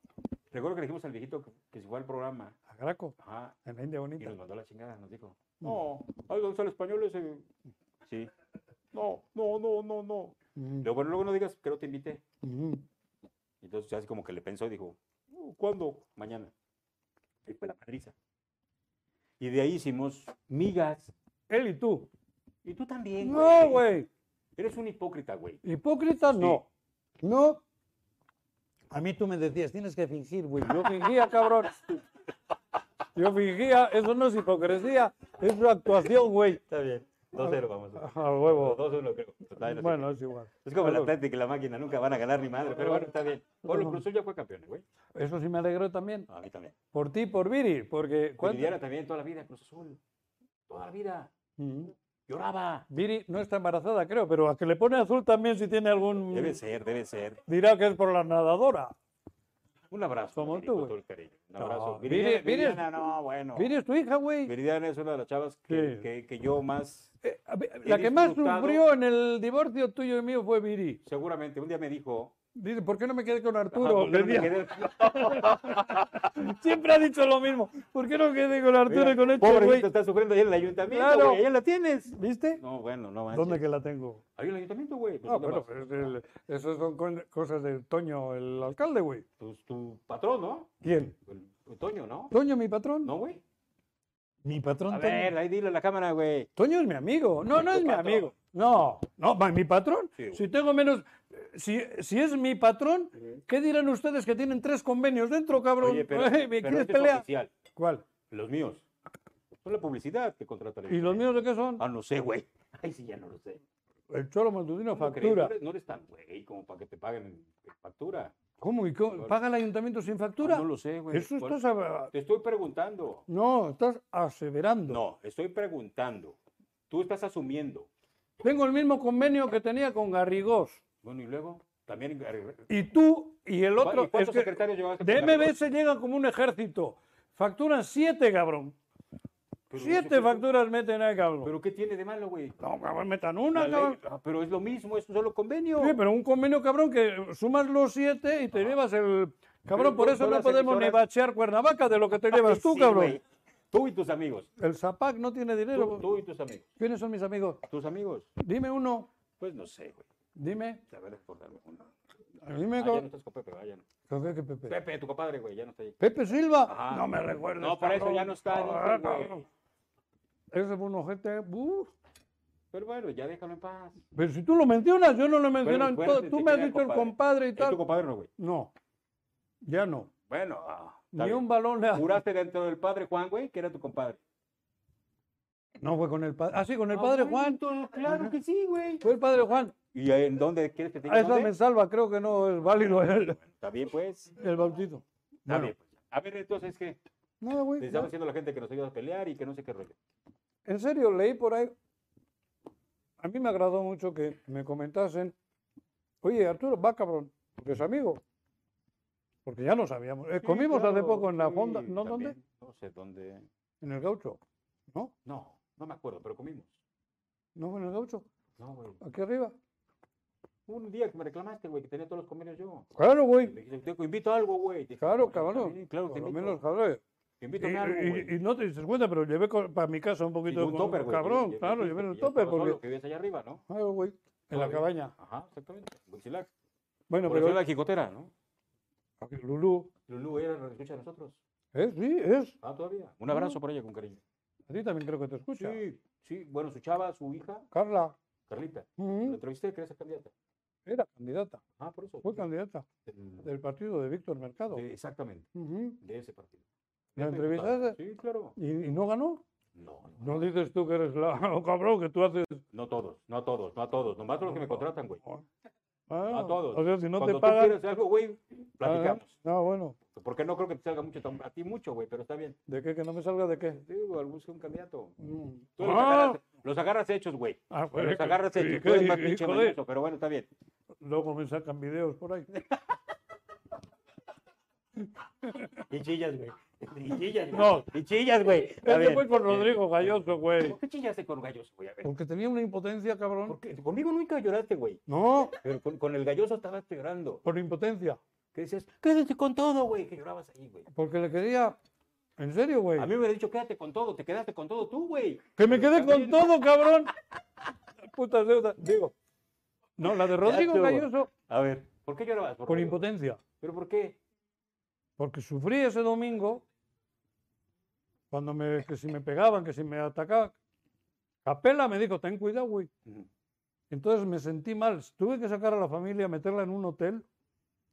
C: recuerdo que le dijimos al viejito que, que si fue al programa,
B: A Graco,
C: ajá,
B: en la India
C: Y
B: bonita.
C: nos mandó la chingada, nos dijo.
B: Mm.
C: No, ay, Gonzalo Español ese. Sí. No, no, no, no, no.
B: Ujú,
C: Luego, bueno, luego no digas que no te invité.
B: ujú.
C: Entonces, así como que le pensó y dijo, "Oh, ¿cuándo? Mañana. Y fue la madriza. Y de ahí hicimos migas.
B: Él y tú.
C: Y tú también.
B: No, güey.
C: Eres un hipócrita, güey.
B: Hipócrita, no. No. A mí tú me decías, tienes que fingir, güey. Yo fingía, cabrón. Yo fingía, eso no es hipocresía, es una actuación, güey.
C: Está bien. 2-0, vamos.
B: A huevo.
C: 2-1, creo. Total, no sé
B: Bueno,
C: qué.
B: es igual.
C: Ah. es como la
B: bueno.
C: Atlético y la máquina, nunca van a ganar ni madre. Pero bueno, está bien. Pablo Cruz ya fue campeón, güey.
B: Eso sí me alegró también.
C: A mí también.
B: Por ti, y por Viri, porque. ¿cuánto-
C: Lidiana también toda la vida, Cruz Azul. Toda la vida.
B: Ujú.
C: Lloraba.
B: Mm. Viri no está embarazada, creo, pero a que le pone azul también si tiene algún.
C: Debe ser, debe ser.
B: Dirá que es por la nadadora.
C: Un abrazo.
B: Como
C: Viri, con
B: tú, güey.
C: todo el cariño. Un
B: No,
C: abrazo.
B: Viri-
C: Viridiana,
B: Viri-
C: Viridiana, no, bueno.
B: Mira, es tu hija, güey.
C: Viridiana es una de las chavas que,
B: Sí.
C: que- que yo más.
B: Eh, a ver,
C: he
B: La que más
C: disfrutado-
B: sufrió en el divorcio tuyo y mío fue Viri.
C: Seguramente un día me dijo.
B: Dice, ¿por qué no me quedé con
C: "Ajá,
B: Arturo?
C: ¿por qué no me
B: Decía, [LAUGHS]
C: quedé?"
B: Siempre ha dicho lo mismo. ¿Por qué no me quedé con Arturo y con este
C: Pobrecito,
B: güey?
C: está sufriendo ahí en el ayuntamiento.
B: Claro.
C: güey, ahí la tienes.
B: ¿Viste?
C: No, bueno, no manches.
B: ¿Dónde que la tengo?
C: Ahí en el ayuntamiento, güey. Pues,
B: Ah,
C: ¿dónde
B: bueno,
C: más?
B: pero es el- esas son con- cosas de Toño, el alcalde, güey.
C: Pues, tu patrón, ¿no?
B: ¿Quién?
C: El, el Toño, ¿no?
B: Toño, mi patrón.
C: ¿No, güey?
B: Mi patrón
C: A
B: Toño.
C: ver, ahí dile a la cámara, güey.
B: Toño es mi amigo. No,
C: Es
B: no
C: tu
B: es mi
C: patrón.
B: amigo. No, no, ma- mi patrón.
C: Sí, güey.
B: Si tengo menos. Si, si es mi patrón, ¿qué dirán ustedes que tienen tres convenios dentro, cabrón? [LAUGHS]
C: Oye, pero,
B: Eh, ¿Me
C: pero
B: quieres
C: este es
B: pelear?
C: oficial.
B: ¿Cuál?
C: Los míos. Son la publicidad que contrata la
B: ¿Y los míos de qué son?
C: Ah, no sé, güey. Ay, sí, ya no lo sé.
B: El Cholo Maldudino
C: ¿Cómo crees?
B: factura.
C: No eres, no eres tan güey como para que te paguen en factura.
B: ¿Cómo? ¿Y cómo? ¿Paga el ayuntamiento sin factura?
C: Ah, no lo sé, güey.
B: Eso
C: Por-
B: estás. a-
C: Te estoy preguntando.
B: No, estás aseverando.
C: No, estoy preguntando. Tú estás asumiendo.
B: Tengo el mismo convenio que tenía con Garrigós.
C: Bueno, y luego, también... ¿Y
B: Y tú y el otro.
C: cuántos
B: es que
C: secretarios llevaste?
B: de MBS llegan como un ejército. Facturan siete, cabrón.
C: Pero
B: siete
C: eso-
B: facturas meten ahí, cabrón.
C: ¿Pero qué tiene de malo, güey?
B: no, cabrón, metan una,
C: La ley-
B: cabrón.
C: Ah, pero es lo mismo, es un solo convenio.
B: Sí, pero un convenio, cabrón, que sumas los siete y te llevas el. Cabrón,
C: Pero
B: por
C: son-
B: eso
C: son
B: no
C: las
B: podemos ni
C: emisoras.
B: bachear Cuernavaca de lo que te
C: Ay,
B: llevas tú,
C: Ah, sí,
B: cabrón.
C: güey. Tú y tus amigos.
B: El Zapac no tiene dinero.
C: Tú, tú y tus amigos.
B: ¿Quiénes son mis amigos?
C: ¿Tus amigos?
B: Dime uno.
C: Pues no sé, güey.
B: Dime.
C: La verdad es por darme uno. Ah,
B: Dime.
C: ya
B: co-
C: no estás con Pepe, ¿verdad? Ya no.
B: ¿Con qué que Pepe?
C: Pepe, tu compadre, güey, ya no está ahí.
B: Pepe Silva.
C: Ajá.
B: No me recuerdes.
C: No, por eso
B: cabrón.
C: ya no está.
B: Ah,
C: dice, güey.
B: cabrón. Ese fue un ojete. uh.
C: Pero bueno, ya déjalo en paz.
B: Pero si tú lo mencionas, yo no lo he mencionado. en
C: acuérdate
B: todo. tú
C: que
B: me has
C: era
B: dicho el
C: compadre.
B: compadre y
C: ¿Es tu
B: tal.
C: compadre no, güey?
B: No. Ya no.
C: Bueno, ah, está
B: Ni
C: bien.
B: un balón le ha-
C: Juraste dentro del padre Juan, güey, que era tu compadre.
B: No fue con el padre. Ah, sí, con el padre
C: Ah,
B: Juan.
C: bueno, Claro que sí, güey.
B: Fue el padre Juan.
C: ¿Y en dónde quieres que te
B: Ah,
C: diga
B: esa
C: dónde?
B: me salva. Creo que no es válido [LAUGHS] el,
C: Está bien, pues. Está
B: el bautizo. Bueno,
C: bien, pues. A ver, entonces, ¿qué?
B: nada, güey.
C: Les estaba diciendo a la gente que nos ayuda a pelear y que no sé qué rollo.
B: En serio, leí por ahí. A mí me agradó mucho que me comentasen, oye, Arturo, va cabrón, porque es amigo. Porque ya lo sabíamos. Eh,
C: Sí,
B: comimos hace
C: claro,
B: poco en la
C: sí,
B: fonda, ¿no dónde?
C: también, No sé dónde.
B: En el gaucho. ¿No?
C: No, no me acuerdo, pero comimos.
B: ¿No fue en el gaucho?
C: No, güey.
B: Aquí arriba.
C: Un día que me reclamaste, güey, que tenía todos los convenios yo.
B: Claro,
C: Y
B: güey.
C: me dijiste, te invito a algo, güey. Te dije,
B: Claro,
C: "Pues, está
B: cabrón.
C: bien, Claro, te
B: Por lo
C: invito.
B: menos, cabrón. Y,
C: Te invito a algo, güey.
B: y- y no te dices cuenta, pero llevé para mi casa un
C: Y
B: poquito
C: de un
B: con-
C: topper, güey.
B: Cabrón,
C: que- que
B: claro,
C: dijiste
B: llevé en
C: que
B: el
C: ya
B: topper.
C: estaba
B: Porque,
C: solo, que vives allá arriba, ¿no?
B: claro, güey. En la
C: Todavía.
B: cabaña.
C: Ajá, exactamente. Huitzilac.
B: Bueno,
C: Por eso era
B: pero.
C: la jicotera, ¿no?
B: Aquí, Lulú.
C: Lulú era la que escucha a nosotros.
B: Es, sí, es.
C: Ah, todavía. Un abrazo por ella con cariño.
B: A ti también creo que te escucha.
C: Sí, sí. Bueno, su chava, su hija,
B: Carla.
C: Carlita.
B: ujú,
C: La entrevisté, que era esa candidata.
B: Era candidata.
C: Ah, por eso.
B: Fue candidata
C: Del-
B: del partido de Víctor Mercado.
C: de- exactamente,
B: Ujú.
C: de ese partido.
B: ¿La
C: Ya te he contado.
B: entrevistaste?
C: Sí, claro.
B: ¿Y, y no ganó?
C: No, no,
B: No dices tú que eres la [LAUGHS] oh, cabrón que tú haces.
C: no todos, no todos, no a todos. Nomás los que me contratan, güey.
B: Ah,
C: a todos.
B: O sea, si no
C: Cuando
B: te pagan.
C: tú quieres algo, güey, platicamos.
B: Ah, No, bueno.
C: Porque no creo que te salga mucho, tam- a ti mucho, güey, pero está bien.
B: ¿De qué? ¿Que no me salga de qué?
C: Sí, güey, busca un candidato.
B: Mm.
C: Tú los,
B: Ah,
C: agarras, los agarras hechos, güey.
B: ah, pues,
C: Los agarras
B: sí,
C: hechos.
B: que-
C: Tú eres más
B: y-
C: pinche
B: joder,
C: mañoso, pero bueno, está bien.
B: Luego me sacan videos por ahí.
C: Y chillas, güey. [LAUGHS] Y chillas, güey.
B: No.
C: Y chillas, güey. [LAUGHS] Está
B: Este
C: bien. Eh,
B: fue con Rodrigo Galloso, güey.
C: ¿Por qué chillaste con galloso, güey? A ver.
B: Porque tenía una impotencia, cabrón.
C: ¿Por qué? Conmigo nunca lloraste, güey.
B: No,
C: Pero con, con el galloso estabas llorando.
B: por impotencia.
C: Que decías, quédate con todo, güey. Que llorabas ahí, güey.
B: Porque le quería. En serio, güey.
C: A mí me hubiera dicho, quédate con todo. Te quedaste con todo tú, güey.
B: Que me quedé con
C: También.
B: todo, cabrón. Puta deuda. Digo. No, la de Rodrigo
C: estuvo.
B: Galloso
C: A ver, ¿por qué llorabas? por
B: con
C: favor?
B: impotencia.
C: ¿Pero por qué?
B: Porque sufrí ese domingo cuando me, que si me pegaban, que si me atacaban. Capela me dijo, ten cuidado, güey. Entonces me sentí mal. Tuve que sacar a la familia, meterla en un hotel,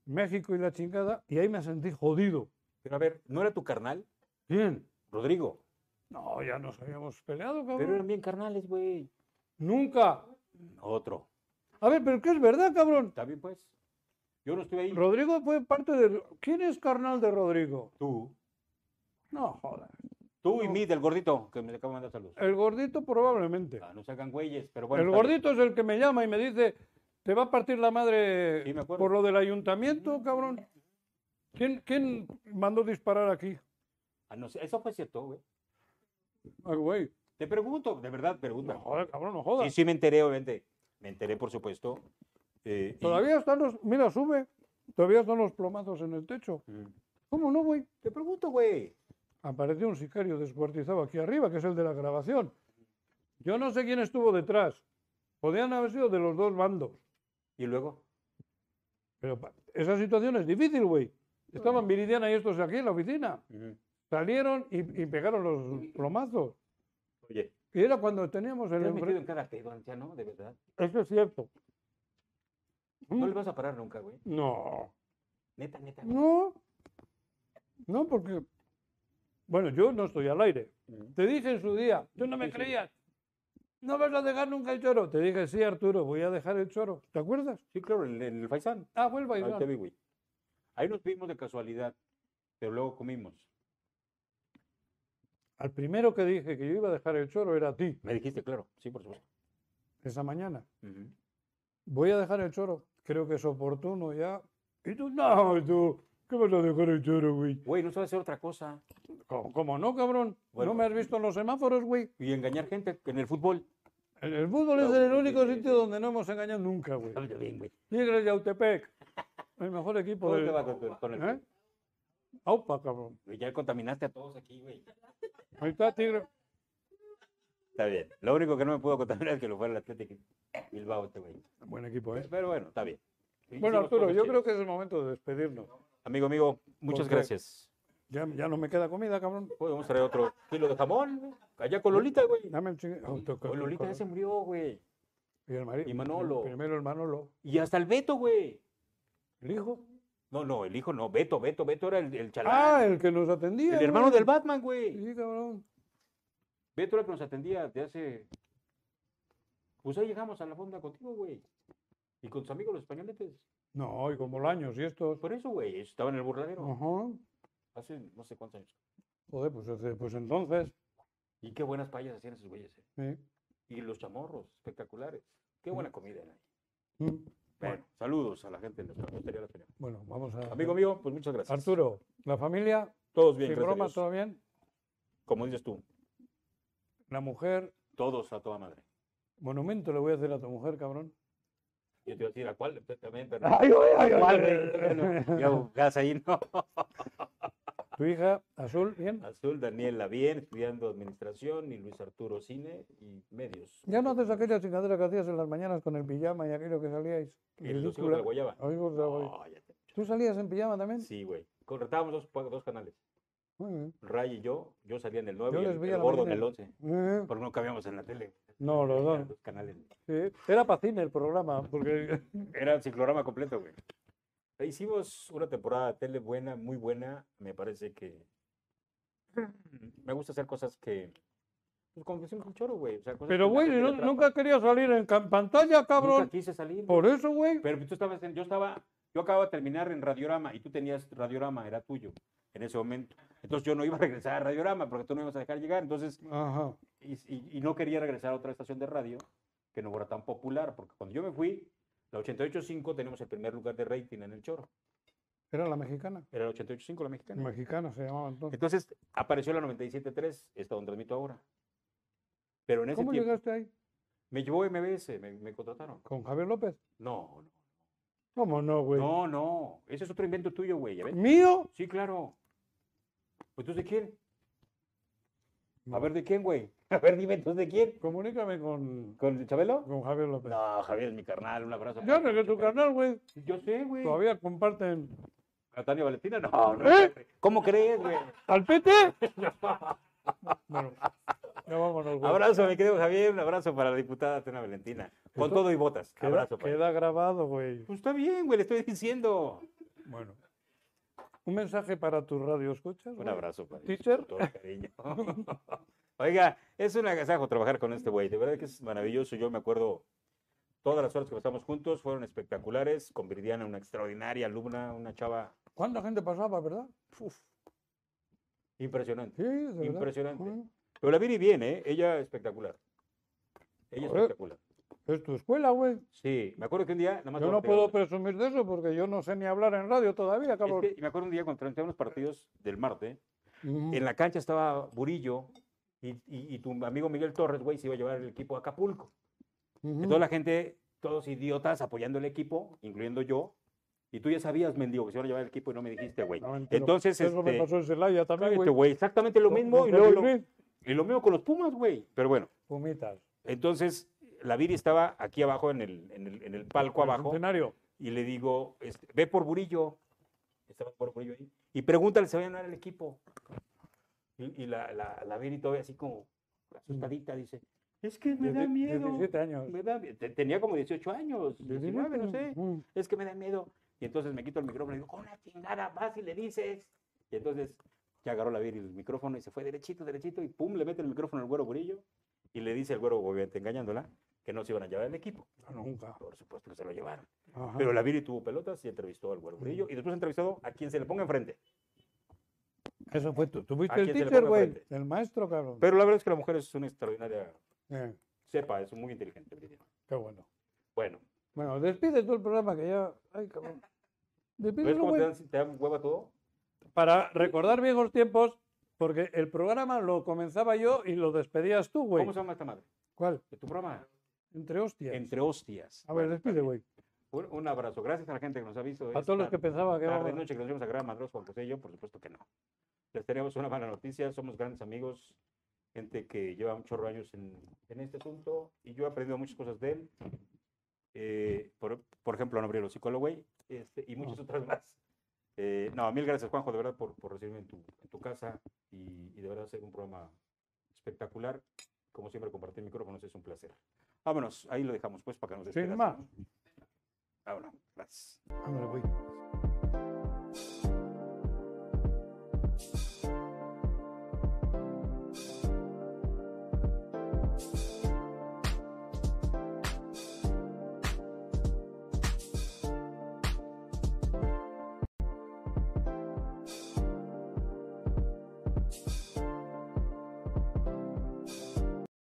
B: México y la chingada, y ahí me sentí jodido.
C: Pero a ver, ¿no era tu carnal?
B: Bien.
C: Rodrigo.
B: No, ya nos habíamos peleado,
C: Pero
B: cabrón.
C: eran bien carnales, güey.
B: Nunca.
C: Otro.
B: A ver, pero que es verdad, cabrón.
C: Está bien, pues. Yo no estoy ahí.
B: Rodrigo fue parte de... ¿Quién es carnal de Rodrigo?
C: Tú.
B: No, joder.
C: Tú y mí, del gordito, que me acabo de mandar saludos.
B: El gordito probablemente.
C: Ah, no se hagan güeyes, pero bueno.
B: el
C: está bien.
B: gordito es el que me llama y me dice, te va a partir la madre
C: Sí, me acuerdo.
B: por lo del ayuntamiento, cabrón. ¿Quién, quién mandó disparar aquí?
C: Ah, no sé, eso fue cierto, güey.
B: Ah, güey.
C: Te pregunto, de verdad, pregunta.
B: No jodas, cabrón, no
C: Sí,
B: jodas.
C: sí me enteré, obviamente. Me enteré, por supuesto. eh, y-
B: Todavía están los. Mira, sube. Todavía están los plomazos en el techo.
C: Mm.
B: ¿Cómo no, güey?
C: Te pregunto, güey.
B: Apareció un sicario descuartizado aquí arriba, que es el de la grabación. Yo no sé quién estuvo detrás. Podían haber sido de los dos bandos.
C: Y luego,
B: Pero pa- esa situación es difícil, güey. Estaban Viridiana y estos aquí en la oficina. Salieron y, y pegaron los plomazos.
C: oye,
B: Y era cuando teníamos
C: te
B: el...
C: has metido
B: enfre-
C: en cada pedo, anciano, de verdad.
B: Eso es cierto.
C: No
B: Mm,
C: le vas a parar nunca, güey.
B: No.
C: Neta, neta. güey.
B: No. No, porque... Bueno, yo no estoy al aire.
C: Mm.
B: Te dije en su día, tú no me
C: Sí, sí.
B: creías. No vas a dejar nunca el choro. Te dije, sí, Arturo, voy a dejar el choro. ¿Te acuerdas?
C: Sí, claro, en en el Faisán.
B: Ah, vuelva
C: Ahí te
B: a
C: vi, güey. Ahí nos vimos de casualidad, pero luego comimos.
B: Al primero que dije que yo iba a dejar el choro era a ti,
C: Me dijiste, claro, sí, por supuesto.
B: esa mañana.
C: Ujú.
B: voy a dejar el choro. Creo que es oportuno ya. Y tú, no, y tú, ¿qué vas a dejar el choro, güey?
C: Güey, no sabes hacer otra cosa.
B: ¿Cómo, cómo no, cabrón?
C: Bueno.
B: ¿No me has visto en los semáforos, güey?
C: Y engañar gente en el fútbol.
B: El, el fútbol es
C: No,
B: el
C: sí,
B: único
C: sí,
B: sitio
C: sí.
B: donde no hemos engañado nunca, güey.
C: Sabes bien, güey.
B: Tigres de Autepec, el mejor equipo
C: ¿Cómo te
B: del...
C: va con, tu- con el
B: ¿Eh? Aupa, cabrón.
C: güey? Ya contaminaste a todos aquí, güey.
B: Ahí está Tigre.
C: Está bien. Lo único que no me pudo contaminar es que lo fuera el Atlético Bilbao este güey.
B: Buen equipo, ¿eh?
C: Pero bueno, está bien.
B: Bueno, Arturo, yo creo que es el momento de despedirnos.
C: Amigo, amigo, muchas
B: Porque-
C: gracias.
B: Ya, ya no me queda comida, cabrón.
C: Podemos traer otro kilo de jamón. güey. Allá con Lolita, güey.
B: Dame el chingue... auto-
C: Con Lolita ya se murió, güey.
B: Y el marido.
C: y Manolo.
B: Primero el Manolo.
C: Y hasta el Beto, güey.
B: ¿El hijo?
C: No, no, el hijo no. Beto, Beto, Beto era el, el chalán.
B: Ah, el que nos atendía.
C: El
B: güey.
C: hermano del Batman, güey.
B: Sí, cabrón.
C: Beto era el que nos atendía de hace. Pues ahí llegamos a la fonda contigo, güey. Y con tus amigos los españoletes.
B: No, y con Bolaños y estos.
C: Por eso, güey, ellos estaban en el burladero.
B: Ajá.
C: Hace no sé cuántos años.
B: Joder, pues, hace- pues entonces.
C: Y qué buenas payas hacían esos güeyes. eh.
B: sí.
C: Y los chamorros, espectaculares. Qué
B: Mm.
C: buena comida era.
B: Mm.
C: Bueno, saludos a la gente de nuestra costería. La
B: Bueno, vamos a.
C: Amigo mío, pues muchas gracias.
B: Arturo, la familia,
C: Todos bien,
B: sin
C: gracias a
B: bromas,
C: Dios.
B: todo bien.
C: Como dices tú,
B: La mujer,
C: todos a toda madre.
B: monumento le voy a hacer a tu mujer, cabrón.
C: Yo te iba a decir a cuál también, pero.
B: Ay, ay, ay,
C: ¿Cuál, güey? Bueno, ya buscas ahí, ¿no?
B: Tu hija, Azul, bien.
C: Azul, Daniela Bien, estudiando administración, y Luis Arturo Cine y medios.
B: Ya no haces aquella chingadera que hacías en las mañanas con el pijama y aquello que salíais.
C: Y los hijos
B: Ridícula.
C: del Guayaba.
B: Ay, hijos de la guay-
C: No, ya te-
B: ¿Tú salías en pijama también?
C: Sí, güey. Contratábamos dos, pa- dos canales.
B: Muy bien.
C: Ray y yo, yo salía en el 9
B: Yo
C: y
B: les
C: el,
B: vi
C: el
B: a la
C: gordo en
B: mañana.
C: el 11.
B: Eh,
C: Porque no cabíamos en la tele.
B: No, los
C: Eran
B: dos.
C: dos canales.
B: Sí. Era para cine el programa, [LAUGHS] porque
C: Era el ciclorama completo, güey. E Hicimos una temporada de tele buena, muy buena. Me parece que. Me gusta hacer cosas que. Pues como que hicimos un choro, güey. O sea, cosas
B: Pero,
C: que la
B: güey,
C: gente
B: no-
C: le atrapa.
B: nunca quería salir en ca- pantalla,
C: Nunca
B: cabrón.
C: quise salir. güey.
B: Por eso, güey.
C: Pero tú estabas en, yo estaba, yo acababa de terminar en Radiorama y tú tenías Radiorama, era tuyo en ese momento. Entonces yo no iba a regresar a Radiorama porque tú no ibas a dejar llegar. Entonces,
B: Ajá.
C: y, y- y no quería regresar a otra estación de radio que no fuera tan popular, porque cuando yo me fui, la 88.5 teníamos el primer lugar de rating en el choro.
B: Era la mexicana.
C: Era la 88.5 la mexicana.
B: Mexicana se llamaba entonces.
C: Entonces apareció la 97.3, esta donde transmito ahora. Pero en ese
B: ¿Cómo
C: tiempo
B: llegaste ahí?
C: me llevó MBS, me, me contrataron.
B: ¿Con Javier López?
C: No, no,
B: ¿Cómo no, güey?
C: no, no, ese es otro invento tuyo, güey, ya ves.
B: ¿Mío?
C: Sí, claro. Pues tú de quién. A ver de quién, güey. [LAUGHS] A ver, dime tú de quién.
B: Comunícame con,
C: ¿Con Chabelo?
B: con Javier López.
C: No, Javier es mi carnal, un abrazo.
B: Ya no que tu canal, güey.
C: Yo sé, güey.
B: Todavía comparten.
C: ¿A Tania Valentina? No, Ah, no.
B: ¿Eh?
C: güey. ¿Cómo crees, güey?
B: [LAUGHS] ¿Al PT? bueno, ya vámonos, güey.
C: [LAUGHS] Abrazo, mi querido Javier. Un abrazo para la diputada Tania Valentina. Con
B: Esto-
C: todo y botas.
B: Queda,
C: abrazo, para
B: queda grabado, güey.
C: Pues está bien, güey, le estoy diciendo.
B: Bueno. Un mensaje para tu radio, ¿escuchas?
C: Un abrazo, para
B: Teacher.
C: todo el cariño. [LAUGHS] Oiga, es un agasajo trabajar con este güey. De verdad que es maravilloso. Yo me acuerdo, todas las horas que pasamos juntos fueron espectaculares. Con Viridiana, una extraordinaria alumna, una chava
B: ¿Cuánta gente pasaba, verdad?
C: uf, impresionante.
B: Sí, de verdad.
C: Impresionante.
B: Mm.
C: Pero la Viri bien, ¿eh? Ella espectacular. Ella
B: Joder.
C: espectacular.
B: Es tu escuela, güey.
C: Sí, me acuerdo que un día... nada más
B: Yo
C: te
B: no
C: voy a
B: puedo
C: pegar
B: presumir de eso porque yo no sé ni hablar en radio todavía,
C: una.
B: cabrón.
C: Es que me acuerdo un día cuando entré a unos partidos del martes,
B: Mm.
C: en la cancha estaba Burillo y, y- y tu amigo Miguel Torres, güey, se iba a llevar el equipo a Acapulco.
B: Ujú.
C: Entonces la gente, todos idiotas apoyando el equipo, incluyendo yo. Y tú ya sabías, mendigo, que se iban a llevar el equipo y no me dijiste, güey.
B: No, entiendo.
C: Entonces,
B: eso me
C: este,
B: pasó en Celaya también,
C: cállate,
B: güey.
C: güey, exactamente lo
B: Lo-
C: mismo
B: lo
C: y
B: que
C: luego lo-
B: viví.
C: y lo mismo con los Pumas, güey. Pero bueno,
B: Pumitas.
C: entonces la Viri estaba aquí abajo en el, en el, en el palco
B: El
C: abajo
B: Centenario.
C: y le digo, este, ve por Burillo, estaba por Burillo ahí, y pregúntale si va a ganar el equipo. Y, y la, la, la Viri todavía así como asustadita dice, es que me da
B: Dieci-
C: miedo.
B: 17 años.
C: me da mie- te- tenía como 18 años, 19, no sé,
B: Mm.
C: es que me da miedo. Y entonces me quito el micrófono y digo, con la chingada vas y le dices. Y entonces ya agarró la Viri el micrófono y se fue derechito, derechito, y pum, le mete el micrófono al güero Burillo y le dice al güero, obviamente engañándola, que no se iban a llevar el equipo.
B: No, nunca.
C: Por supuesto que se lo llevaron.
B: Ajá. Mm.
C: Pero la Viri tuvo pelotas y entrevistó al güero Burillo y después entrevistó a quien se le ponga enfrente.
B: Eso fue tú. Tuviste
C: ¿A
B: el
C: quién se le
B: teacher,
C: ponga
B: güey.
C: enfrente?
B: El maestro, cabrón.
C: Pero la verdad es que la mujer es una extraordinaria
B: Eh,
C: cepa, es muy inteligente. Viri.
B: qué bueno.
C: Bueno,
B: Bueno, despide tú el programa que ya. Ay, cabrón.
C: ¿ves
B: Despídelo,
C: cómo te
B: güey.
C: dan, te dan hueva todo?
B: Para recordar viejos tiempos, porque el programa lo comenzaba yo y lo despedías tú, güey.
C: ¿Cómo se llama esta madre?
B: ¿Cuál?
C: Tu programa,
B: Entre hostias.
C: Entre Hostias.
B: A ver, despide, güey.
C: Un, un abrazo. Gracias a la gente que nos ha visto.
B: A todos los que pensaban que
C: Tarde,
B: vamos-
C: noche que nos íbamos a grabar Madros, Juan José y yo, por supuesto que no. Les tenemos una mala noticia. Somos grandes amigos, gente que lleva un chorro de años en, en este asunto y yo he aprendido muchas cosas de él. Eh, por, por ejemplo, no abrió los psicólogos, güey, este, y muchas otras más. Eh, no, mil gracias, Juanjo, de verdad, por, por recibirme en tu, en tu casa y, y de verdad hacer un programa espectacular. Como siempre, compartir micrófonos es un placer. Vámonos, ahí lo dejamos, pues, para que nos
B: Sin más.
C: Vámonos, gracias.
B: Ándale, güey.